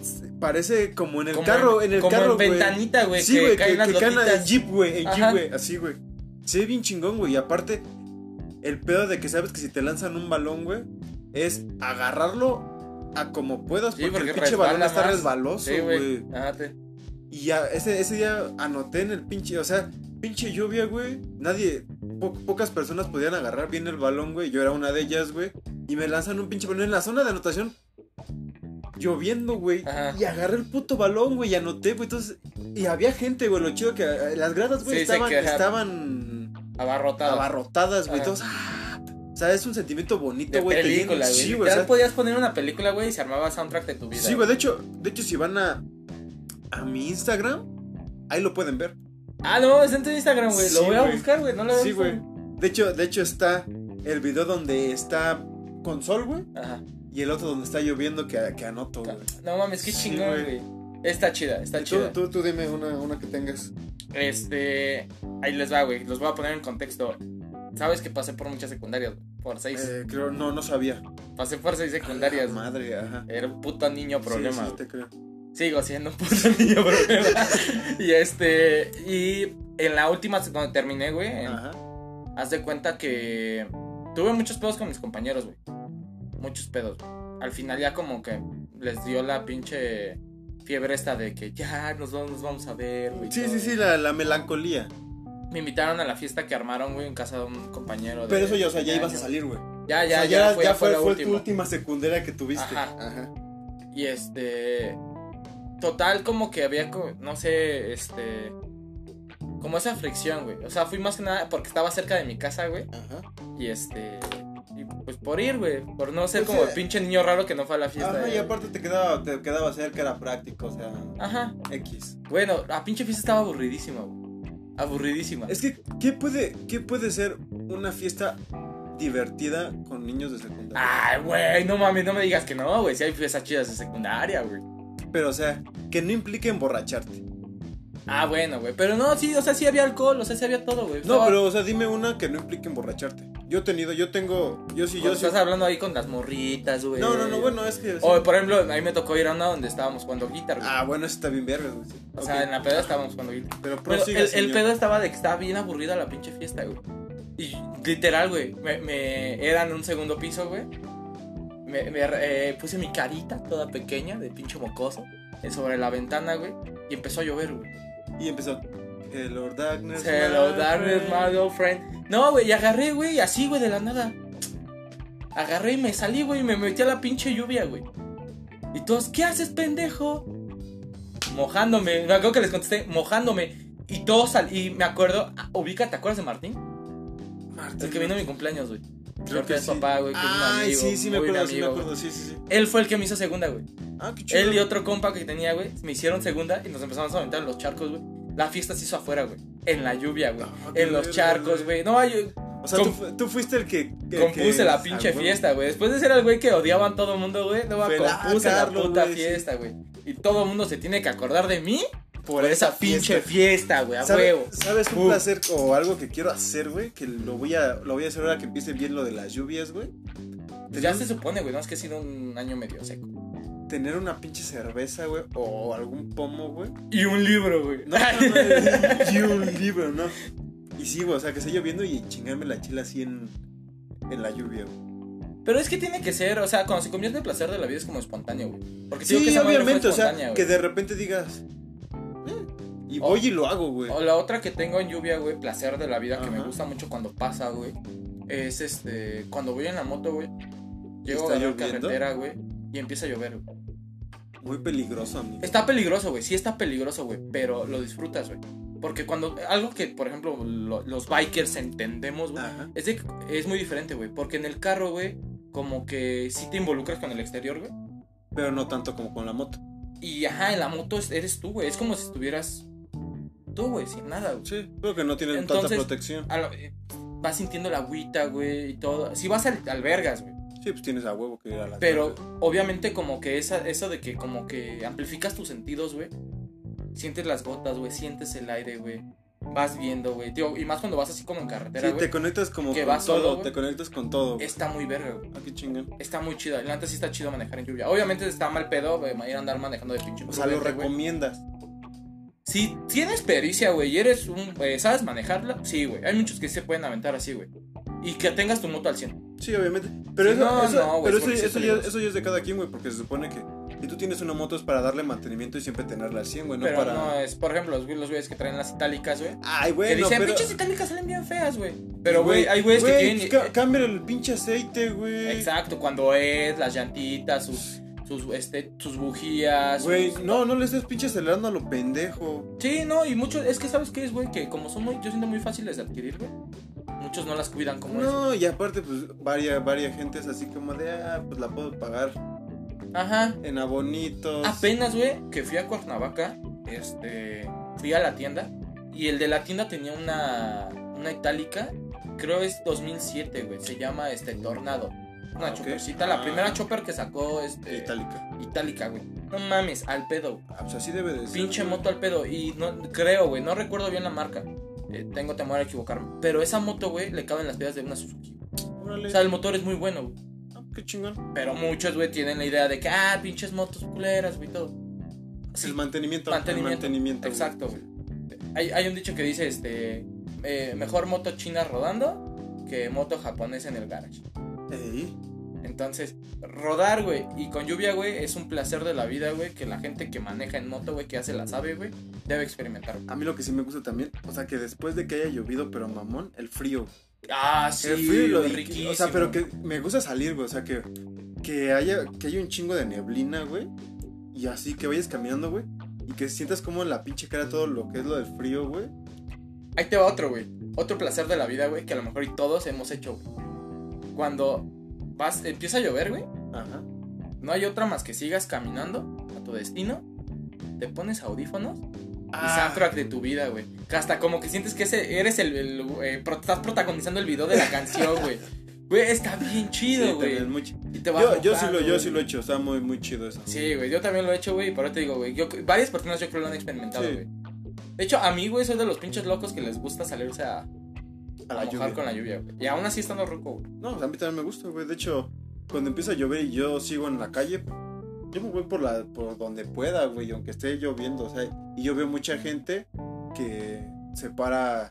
Speaker 1: se- Parece como en el
Speaker 2: Como
Speaker 1: carro, en, el
Speaker 2: como
Speaker 1: carro, güey.
Speaker 2: ventanita, güey.
Speaker 1: Sí, güey, que,
Speaker 2: caen las
Speaker 1: que caen en
Speaker 2: gotitas.
Speaker 1: Jeep, güey, en Jeep,
Speaker 2: Ajá.
Speaker 1: güey, así, güey. Se ve bien chingón, güey. Y aparte, el pedo de que sabes que si te lanzan un balón, güey, es agarrarlo a como puedas,
Speaker 2: Sí,
Speaker 1: porque,
Speaker 2: porque
Speaker 1: el pinche
Speaker 2: resbala
Speaker 1: balón está
Speaker 2: más.
Speaker 1: resbaloso,
Speaker 2: Sí,
Speaker 1: güey.
Speaker 2: güey. Ajá, te-
Speaker 1: Y ya, ese, ese día anoté en el pinche, o sea, pinche lluvia, güey. Nadie, po- pocas personas podían agarrar bien el balón, güey. Yo era una de ellas, güey. Y me lanzan un pinche balón en la zona de anotación. Lloviendo, güey.
Speaker 2: Ajá.
Speaker 1: Y agarré el puto balón, güey. Y anoté, güey. Entonces, y había gente, güey. Lo chido que eh, las gradas, güey,
Speaker 2: Sí, se
Speaker 1: estaban,
Speaker 2: quejaron.
Speaker 1: estaban
Speaker 2: Abarrotado.
Speaker 1: abarrotadas, güey.
Speaker 2: Ajá.
Speaker 1: Entonces, ah, o sea, es un sentimiento bonito,
Speaker 2: de
Speaker 1: güey. te llena-
Speaker 2: película, güey.
Speaker 1: Sí,
Speaker 2: Sí,
Speaker 1: güey. o sea,
Speaker 2: podías poner una película, güey, y se armaba soundtrack de tu vida.
Speaker 1: Sí, güey, de hecho, de hecho, si van a, a mi Instagram, ahí lo pueden ver.
Speaker 2: Ah, no, está en tu Instagram, güey.
Speaker 1: Sí,
Speaker 2: lo voy a
Speaker 1: güey.
Speaker 2: buscar, güey. No lo
Speaker 1: Sí, güey. De hecho, de hecho está el video donde está con sol, güey,
Speaker 2: Ajá.
Speaker 1: y el otro donde está lloviendo que, que anoto, güey.
Speaker 2: No mames, qué
Speaker 1: Sí,
Speaker 2: chingón,
Speaker 1: güey.
Speaker 2: güey. Está chida, está
Speaker 1: Y
Speaker 2: chida.
Speaker 1: Tú, tú, tú dime una, una que tengas.
Speaker 2: Este. Ahí les va, güey. Los voy a poner en contexto. Sabes que pasé por muchas secundarias, güey, por seis.
Speaker 1: Eh, creo, no, no sabía.
Speaker 2: Pasé por seis secundarias.
Speaker 1: Ah,
Speaker 2: güey.
Speaker 1: Madre, ajá.
Speaker 2: Era un puto niño problema.
Speaker 1: Sí, sí,
Speaker 2: güey.
Speaker 1: te creo.
Speaker 2: Sigo siendo un puto *laughs* niño problema. y este. Y en la última, cuando terminé, güey, en-
Speaker 1: Ajá.
Speaker 2: haz de cuenta que tuve muchos pedos con mis compañeros, güey. Muchos pedos. güey. Al final ya como que les dio la pinche fiebre esta de que ya nos vamos, nos vamos a ver, güey.
Speaker 1: Sí,
Speaker 2: todo.
Speaker 1: sí, sí, la, la melancolía.
Speaker 2: Me invitaron a la fiesta que armaron, güey, en casa de un compañero. de-
Speaker 1: Pero eso ya, o sea, ya
Speaker 2: de
Speaker 1: ibas a
Speaker 2: año.
Speaker 1: salir, güey.
Speaker 2: Ya,
Speaker 1: O
Speaker 2: ya,
Speaker 1: sea,
Speaker 2: ya,
Speaker 1: era-
Speaker 2: fue, ya fue, la
Speaker 1: tu
Speaker 2: última.
Speaker 1: última secundaria que tuviste.
Speaker 2: Ajá.
Speaker 1: Ajá.
Speaker 2: Y este. Total, como que había, co- no sé, este. Como esa fricción, güey. O sea, fui más que nada porque estaba cerca de mi casa, güey.
Speaker 1: Ajá.
Speaker 2: Y este. Y pues por ir, güey. Por no ser
Speaker 1: Pues,
Speaker 2: como
Speaker 1: eh,
Speaker 2: el pinche niño raro que no fue a la fiesta.
Speaker 1: Ajá,
Speaker 2: eh.
Speaker 1: y aparte te quedaba, te quedaba cerca, era práctico, o sea,
Speaker 2: Ajá.
Speaker 1: X.
Speaker 2: Bueno, la pinche fiesta estaba aburridísima, güey. Aburridísima.
Speaker 1: Es que, ¿qué puede, qué puede ser una fiesta divertida con niños de secundaria?
Speaker 2: Ay, güey, no mames, no me digas que no, güey. Si hay fiestas chidas de secundaria, güey.
Speaker 1: Pero, o sea, que no implique emborracharte.
Speaker 2: Ah, bueno, güey. Pero no, sí, o sea, sí había alcohol, o sea, sí había todo, güey.
Speaker 1: No,
Speaker 2: Estaba-
Speaker 1: pero, o sea, dime una que no implique emborracharte. Yo he tenido, yo tengo, yo sí,
Speaker 2: Cuando
Speaker 1: yo sí.
Speaker 2: estás hablando ahí con las morritas, güey.
Speaker 1: No, no, no, bueno, es que.
Speaker 2: O, por ejemplo, ahí me tocó ir a una donde estábamos jugando guitarra. güey.
Speaker 1: Ah, bueno, eso está bien vergas, güey. sí.
Speaker 2: o
Speaker 1: Ok.
Speaker 2: sea, en la peda estábamos jugando guitarra.
Speaker 1: Pero
Speaker 2: Pero
Speaker 1: prosigue,
Speaker 2: el, el
Speaker 1: señor.
Speaker 2: pedo estaba de que estaba bien aburrida la pinche fiesta, güey. Y literal, güey, me, me- era en un segundo piso, güey. Me, me, eh, puse mi carita toda pequeña de pinche mocoso eh, sobre la ventana, güey. Y empezó a llover, güey.
Speaker 1: Y empezó. Hello, darkness.
Speaker 2: Hello,
Speaker 1: my
Speaker 2: darkness,
Speaker 1: friend.
Speaker 2: my old friend. No, güey, y agarré, güey, así, güey, de la nada. Agarré y me salí, güey, y me metí a la pinche lluvia, güey. Y todos, ¿qué haces, pendejo? Mojándome. Me acuerdo que les contesté, mojándome. Y todos, sal- y me acuerdo, ah, ubica, ¿te acuerdas de Martín?
Speaker 1: Martín,
Speaker 2: El que vino a mi cumpleaños, güey.
Speaker 1: creo que
Speaker 2: es
Speaker 1: sí.
Speaker 2: papá, güey, que es un
Speaker 1: Ay,
Speaker 2: amigo,
Speaker 1: sí, sí, me
Speaker 2: muy buen
Speaker 1: acuerdo, sí, me
Speaker 2: amigo, güey.
Speaker 1: acuerdo, sí, sí, sí.
Speaker 2: Él fue el que me hizo segunda, güey.
Speaker 1: Ah, qué chido.
Speaker 2: Él y otro compa que tenía, güey, me hicieron segunda y nos empezamos a aventar en los charcos, güey. La fiesta se hizo afuera, güey. En la lluvia, güey.
Speaker 1: Ah, qué
Speaker 2: en los
Speaker 1: verga,
Speaker 2: charcos,
Speaker 1: güey.
Speaker 2: güey. No, yo,
Speaker 1: O sea, tú, fu- tú fuiste el que. que-
Speaker 2: compuse
Speaker 1: que-
Speaker 2: la pinche
Speaker 1: Ah, güey.
Speaker 2: fiesta, güey. Después de ser el güey que odiaban todo el mundo, güey, no,
Speaker 1: Fue la-
Speaker 2: compuse
Speaker 1: Carlos,
Speaker 2: la puta
Speaker 1: güey, sí.
Speaker 2: fiesta, güey. Y todo el mundo se tiene que acordar de mí
Speaker 1: Por
Speaker 2: por esa pinche fiesta, güey, a
Speaker 1: ¿Sabe-
Speaker 2: huevo.
Speaker 1: ¿Sabes un
Speaker 2: Uh.
Speaker 1: placer o algo que quiero hacer, güey? Que lo voy a, lo voy a hacer ahora que empiece bien lo de las lluvias, güey.
Speaker 2: Pues ya se supone, güey, no es que ha sido un año medio seco.
Speaker 1: Tener una pinche cerveza, güey, o algún pomo, güey.
Speaker 2: Y un libro, *laughs* güey.
Speaker 1: No, *laughs* no,
Speaker 2: *laughs*
Speaker 1: no, y un libro, ¿no? Y sí, güey, o sea, que esté lloviendo y chingarme la chila así en, en la lluvia, güey.
Speaker 2: Pero es que tiene que ser, o sea, cuando se convierte el placer de la vida es como espontáneo, güey. Porque te digo que
Speaker 1: Sí,
Speaker 2: esa madre fue
Speaker 1: obviamente, o sea,
Speaker 2: espontánea,
Speaker 1: que
Speaker 2: güey. Oh.
Speaker 1: de repente digas, "Eh", y
Speaker 2: O-
Speaker 1: voy y lo hago, güey.
Speaker 2: O la otra que tengo en lluvia, güey, placer de la vida que me
Speaker 1: Ajá.
Speaker 2: gusta mucho cuando pasa, güey, es este, cuando voy en la moto, güey, llego
Speaker 1: ¿Está
Speaker 2: a la
Speaker 1: lloviendo?
Speaker 2: carretera, güey, y empieza a llover, güey.
Speaker 1: Muy peligroso, amigo.
Speaker 2: Está peligroso, güey. Sí está peligroso, güey. Pero lo disfrutas, güey. Porque cuando. Algo que, por ejemplo, lo- los bikers entendemos, güey.
Speaker 1: Ajá.
Speaker 2: Es, de que- es muy diferente, güey. Porque en el carro, güey, como que sí te involucras con el exterior, güey.
Speaker 1: Pero no tanto como con la moto.
Speaker 2: Y ajá, en la moto es- eres tú, güey. Es como si estuvieras. Tú, güey, sin nada, güey.
Speaker 1: Sí, creo que no tienen
Speaker 2: Entonces-
Speaker 1: tanta protección.
Speaker 2: A lo- eh, Vas sintiendo la agüita, güey, y todo. Si vas al, al vergas, güey.
Speaker 1: Sí, pues tienes a huevo que ir a la
Speaker 2: Pero obviamente como que esa, eso de que como que amplificas tus sentidos, güey. Sientes las gotas, güey, sientes el aire, güey. Vas viendo, güey. Tío, y más cuando vas así como en carretera,
Speaker 1: Sí,
Speaker 2: güey.
Speaker 1: te conectas como
Speaker 2: que
Speaker 1: con
Speaker 2: vas solo,
Speaker 1: todo,
Speaker 2: güey.
Speaker 1: te conectas con todo. güey.
Speaker 2: Está muy verga, güey.
Speaker 1: Ah, qué chingón.
Speaker 2: Está muy chida. La neta sí está chido manejar en lluvia. Obviamente está mal pedo, güey, ir a andar manejando de pinche.
Speaker 1: O sea, lo
Speaker 2: imprudente, güey.
Speaker 1: recomiendas.
Speaker 2: Si tienes pericia, güey, y eres un... eh, ¿Sabes manejarla? Sí, güey. Hay muchos que se pueden aventar así, güey. Y que tengas tu moto al 100.
Speaker 1: Sí, obviamente. Pero,
Speaker 2: Sí,
Speaker 1: eso,
Speaker 2: no,
Speaker 1: eso-
Speaker 2: no, güey,
Speaker 1: pero
Speaker 2: es
Speaker 1: eso,
Speaker 2: porque sí
Speaker 1: eso
Speaker 2: es
Speaker 1: ya,
Speaker 2: peligroso.
Speaker 1: eso ya es de cada quien, güey, porque se supone que si tú tienes una moto es para darle mantenimiento y siempre tenerla al 100, güey, no
Speaker 2: pero
Speaker 1: para...
Speaker 2: no es... Por ejemplo, los, güey- los güeyes que traen las itálicas, güey.
Speaker 1: Ay,
Speaker 2: Que
Speaker 1: güey, no,
Speaker 2: dicen,
Speaker 1: pero...
Speaker 2: pinches itálicas salen bien feas, güey. Pero, güey, hay güeyes que
Speaker 1: güey,
Speaker 2: tienen... eh,
Speaker 1: pues, ca- Cambia el pinche aceite, güey.
Speaker 2: Exacto, cuando es, las llantitas, sus, sus, este, sus bujías.
Speaker 1: Güey,
Speaker 2: sus-
Speaker 1: no, no le estés pinche acelerando a lo pendejo.
Speaker 2: Sí, no, y muchos, es que sabes qué es, güey, que como son muy, yo siento muy fáciles de adquirir, güey. Muchos no las cuidan como es.
Speaker 1: No, y aparte, pues, varia, varia gente es así como de, ah, pues la puedo pagar
Speaker 2: Ajá.
Speaker 1: en abonitos.
Speaker 2: Apenas, güey, que fui a Cuernavaca, este, fui a la tienda y el de la tienda tenía una, una itálica, creo es 2007, güey, se llama, este, Tornado. Una
Speaker 1: Ah, ok.
Speaker 2: choppercita, la
Speaker 1: Ah.
Speaker 2: primera chopper que sacó, este,
Speaker 1: Itálica.
Speaker 2: itálica, güey. No mames, al pedo, güey.
Speaker 1: Ah, pues así debe de ser.
Speaker 2: pinche
Speaker 1: güey.
Speaker 2: moto al pedo. Y no creo, güey, no recuerdo bien la marca. Eh, tengo temor a equivocarme. Pero esa moto, güey, le caben las piedras de una Suzuki.
Speaker 1: Órale.
Speaker 2: O sea, el motor es muy bueno, güey.
Speaker 1: Ah, qué chingón.
Speaker 2: Pero muchos, güey, tienen la idea de que, ah, pinches motos culeras, güey, todo. Sí,
Speaker 1: El mantenimiento.
Speaker 2: Mantenimiento.
Speaker 1: El mantenimiento. güey.
Speaker 2: exacto, güey. Hay, hay un dicho que dice, este, eh, mejor moto china rodando que moto japonesa en el garage.
Speaker 1: Ey,
Speaker 2: Entonces, rodar, güey, y con lluvia, güey, es un placer de la vida, güey, que la gente que maneja en moto, güey, que hace la sabe, güey, debe experimentar. güey.
Speaker 1: a mí lo que sí me gusta también, o sea, que después de que haya llovido, pero mamón, el frío.
Speaker 2: Ah, sí,
Speaker 1: el frío y lo
Speaker 2: güey,
Speaker 1: y que-
Speaker 2: riquísimo.
Speaker 1: O sea, pero que me gusta salir, güey, o sea, que, que, haya, que haya un chingo de neblina, güey, y así que vayas caminando, güey, y que sientas como en la pinche cara todo lo que es lo del frío, güey.
Speaker 2: Ahí te va otro, güey. Otro placer de la vida, güey, que a lo mejor y todos hemos hecho, güey. Cuando vas, empieza a llover, güey,
Speaker 1: Ajá.
Speaker 2: no hay otra más que sigas caminando a tu destino, te pones audífonos
Speaker 1: Ah.
Speaker 2: y soundtrack de tu vida, güey. Que Hasta como que sientes que ese eres el, el, eh, pro- estás protagonizando el video de la canción, güey. Güey, está
Speaker 1: Sí,
Speaker 2: bien chido, güey.
Speaker 1: también mucho.
Speaker 2: y te va
Speaker 1: Yo, yo, sí
Speaker 2: mojando,
Speaker 1: lo, yo
Speaker 2: güey.
Speaker 1: sí lo he hecho, está muy, muy chido eso.
Speaker 2: Sí, güey, yo también lo he hecho, güey, pero te digo, güey, yo, varias personas yo creo lo han experimentado,
Speaker 1: Sí.
Speaker 2: güey. De hecho, a mí, güey, soy de los pinches locos que les gusta salirse a,
Speaker 1: a
Speaker 2: a
Speaker 1: la
Speaker 2: mojar
Speaker 1: lluvia.
Speaker 2: con la lluvia, güey. Y aún así estando roco, güey.
Speaker 1: No, o sea, a mí también me gusta, güey. De hecho, cuando empieza a llover y yo sigo en la calle, yo me voy por la por donde pueda, güey, aunque esté lloviendo, o sea, y yo veo mucha gente que se para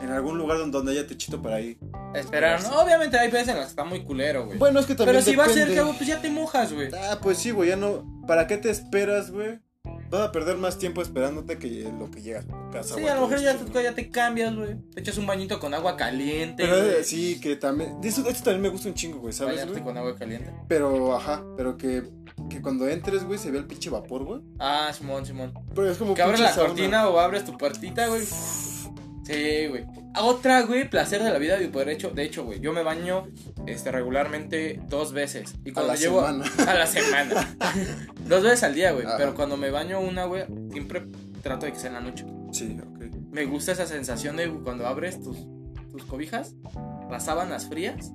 Speaker 1: en, en algún lugar donde, donde haya techito para ir.
Speaker 2: Esperaron. Obviamente hay veces en las que está muy culero, güey.
Speaker 1: Bueno, es que también
Speaker 2: pero si va
Speaker 1: depende.
Speaker 2: cerca, güey, pues ya te mojas, güey.
Speaker 1: Ah, pues sí, güey, ya no. ¿Para qué te esperas, güey? Vas a perder más tiempo esperándote que lo que llega a tu casa.
Speaker 2: Sí,
Speaker 1: güey,
Speaker 2: a lo
Speaker 1: todo
Speaker 2: mejor ya,
Speaker 1: esto,
Speaker 2: te- ya te cambias, güey. Te echas un bañito con agua caliente.
Speaker 1: Pero eh,
Speaker 2: güey.
Speaker 1: sí, que también. De eso, de hecho, también me gusta un chingo, güey, ¿sabes?
Speaker 2: Bañarte
Speaker 1: güey?
Speaker 2: con agua caliente.
Speaker 1: Pero, ajá, pero que, que cuando entres, güey, se ve el pinche vapor, güey.
Speaker 2: Ah, Simón, Simón.
Speaker 1: Pero es como
Speaker 2: Que abres
Speaker 1: pinche
Speaker 2: la
Speaker 1: sauna.
Speaker 2: cortina o abres tu puertita, güey. Sí, güey. Otra, güey, placer de la vida, güey. Por hecho, de hecho, güey, yo me baño este, regularmente dos veces. Y
Speaker 1: a
Speaker 2: cuando
Speaker 1: la
Speaker 2: llevo
Speaker 1: semana. *laughs*
Speaker 2: a la semana. dos veces al día, güey.
Speaker 1: Ajá.
Speaker 2: Pero cuando me baño una, güey, siempre trato de que sea en la noche.
Speaker 1: Sí, ok.
Speaker 2: Me gusta esa sensación de cuando abres tus, tus cobijas, las sábanas frías,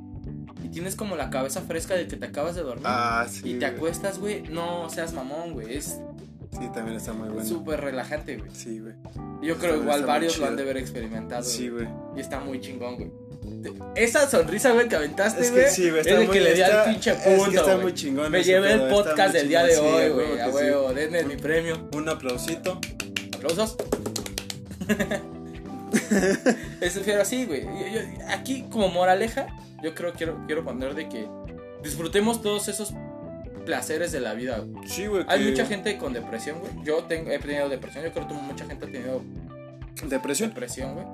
Speaker 2: y tienes como la cabeza fresca de que te acabas de dormir.
Speaker 1: Ah, sí.
Speaker 2: y te
Speaker 1: güey.
Speaker 2: acuestas, güey. No seas mamón, güey. Es
Speaker 1: Sí, también está muy bueno.
Speaker 2: súper relajante, güey.
Speaker 1: Sí, güey.
Speaker 2: Yo
Speaker 1: Está-
Speaker 2: creo
Speaker 1: está
Speaker 2: igual
Speaker 1: muy
Speaker 2: varios lo
Speaker 1: chido.
Speaker 2: han de haber experimentado.
Speaker 1: Sí,
Speaker 2: güey,
Speaker 1: güey.
Speaker 2: Y está muy chingón, güey. Te- Esa sonrisa, güey, que aventaste,
Speaker 1: Es
Speaker 2: Este güey.
Speaker 1: que sí, güey.
Speaker 2: es
Speaker 1: Está
Speaker 2: el
Speaker 1: muy
Speaker 2: que le di al
Speaker 1: está-
Speaker 2: pinche
Speaker 1: Es que
Speaker 2: punto.
Speaker 1: está
Speaker 2: güey.
Speaker 1: muy chingón.
Speaker 2: Me
Speaker 1: ese
Speaker 2: llevé el
Speaker 1: pedo, está
Speaker 2: podcast
Speaker 1: muy
Speaker 2: del día de
Speaker 1: chingón, sí,
Speaker 2: hoy,
Speaker 1: a huevo
Speaker 2: güey. A
Speaker 1: que sí.
Speaker 2: huevo, denme mi premio.
Speaker 1: Un aplausito.
Speaker 2: Aplausos. *laughs* Es pero así, güey. Yo- yo- Aquí, como moraleja, yo creo quiero, quiero poner de que disfrutemos todos esos placeres de la vida. güey.
Speaker 1: Sí, güey.
Speaker 2: Hay
Speaker 1: que-
Speaker 2: mucha gente con depresión, güey. Yo tengo, he tenido depresión, yo creo que mucha gente ha tenido
Speaker 1: Depresión.
Speaker 2: depresión, güey.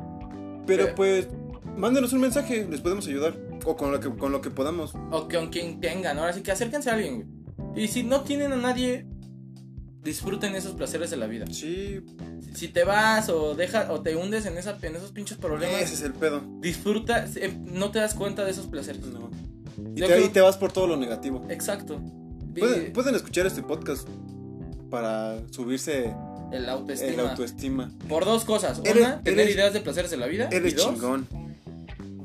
Speaker 1: Pero
Speaker 2: Pero-
Speaker 1: pues, mándenos un mensaje. Les podemos ayudar. O con lo que, con lo que podamos.
Speaker 2: O con quien tengan, ¿no? Ahora sí que acérquense a alguien, güey. Y si no tienen a nadie, disfruten esos placeres de la vida.
Speaker 1: Sí,
Speaker 2: Si- Si te vas o deja, o te hundes en, esa, en esos pinches problemas,
Speaker 1: ese es el pedo.
Speaker 2: disfruta, eh, no te das cuenta de esos placeres.
Speaker 1: No. Y,
Speaker 2: Yo
Speaker 1: te,
Speaker 2: creo-
Speaker 1: y te vas por todo lo negativo.
Speaker 2: Exacto. Y
Speaker 1: Pueden, pueden escuchar este podcast para subirse
Speaker 2: el autoestima.
Speaker 1: el autoestima.
Speaker 2: Por dos cosas.
Speaker 1: Eres-
Speaker 2: Una, tener
Speaker 1: eres-
Speaker 2: ideas de placeres de la vida.
Speaker 1: Eres
Speaker 2: y dos,
Speaker 1: chingón.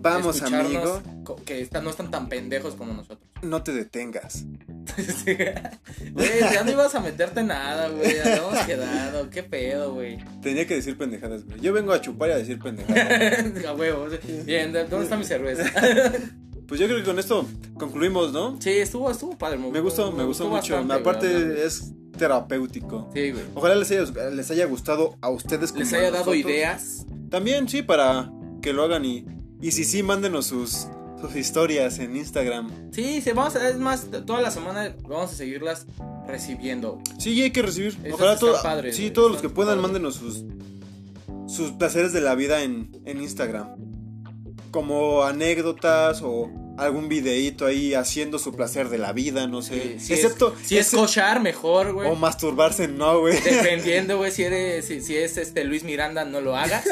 Speaker 1: Vamos,
Speaker 2: escucharnos
Speaker 1: amigo,
Speaker 2: co- Que están- no están tan pendejos como nosotros. *laughs*
Speaker 1: no te detengas.
Speaker 2: Sí. Güey, ya no ibas a meterte nada, güey. Ya no hemos quedado. Qué pedo, güey.
Speaker 1: Tenía que decir pendejadas, güey. Yo vengo a chupar y a decir pendejadas.
Speaker 2: *laughs* a huevo. Bien, ¿dónde está mi cerveza? *laughs*
Speaker 1: Pues yo creo que con esto concluimos, ¿no?
Speaker 2: sí, estuvo, estuvo padre.
Speaker 1: Me gustó, me gustó mucho.
Speaker 2: bastante,
Speaker 1: Aparte
Speaker 2: güey, hablar.
Speaker 1: es terapéutico.
Speaker 2: Sí, güey.
Speaker 1: Ojalá les haya, les haya gustado a ustedes. como
Speaker 2: Les
Speaker 1: a
Speaker 2: haya dado
Speaker 1: nosotros.
Speaker 2: ideas.
Speaker 1: También, sí, para que lo hagan y, y si sí, mándenos sus, sus historias en Instagram.
Speaker 2: Sí, sí, vamos a, es más, toda la semana vamos a seguirlas recibiendo.
Speaker 1: Sí, hay que recibir.
Speaker 2: Esas
Speaker 1: Ojalá
Speaker 2: están
Speaker 1: todo-
Speaker 2: padres,
Speaker 1: sí,
Speaker 2: güey,
Speaker 1: todos los que
Speaker 2: están
Speaker 1: puedan,
Speaker 2: padres.
Speaker 1: mándenos sus, sus placeres de la vida en, en Instagram. Como anécdotas o algún videíto ahí haciendo su placer de la vida, no sé.
Speaker 2: Sí, Eh, si
Speaker 1: Excepto.
Speaker 2: es, si es
Speaker 1: ese- Oh,
Speaker 2: cochar, mejor, güey.
Speaker 1: o masturbarse, no, güey.
Speaker 2: Dependiendo, güey, si eres, si, si es este Luis Miranda, no
Speaker 1: *laughs*
Speaker 2: lo hagas.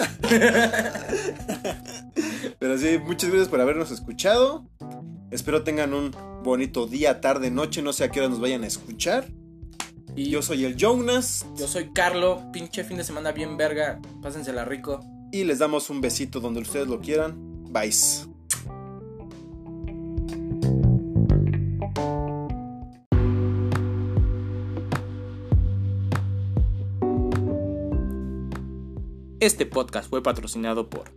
Speaker 1: Pero sí, muchas gracias por habernos escuchado. Espero tengan un bonito día, tarde, noche. No sé a qué hora nos vayan a escuchar.
Speaker 2: Y
Speaker 1: Yo soy el Jonas
Speaker 2: yo soy Carlo, pinche fin de semana bien verga. Pásensela rico.
Speaker 1: y les damos un besito donde ustedes lo quieran. Bye.
Speaker 2: Este podcast fue patrocinado por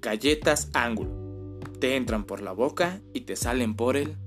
Speaker 2: Galletas Ángulo. Te entran por la boca y te salen por el...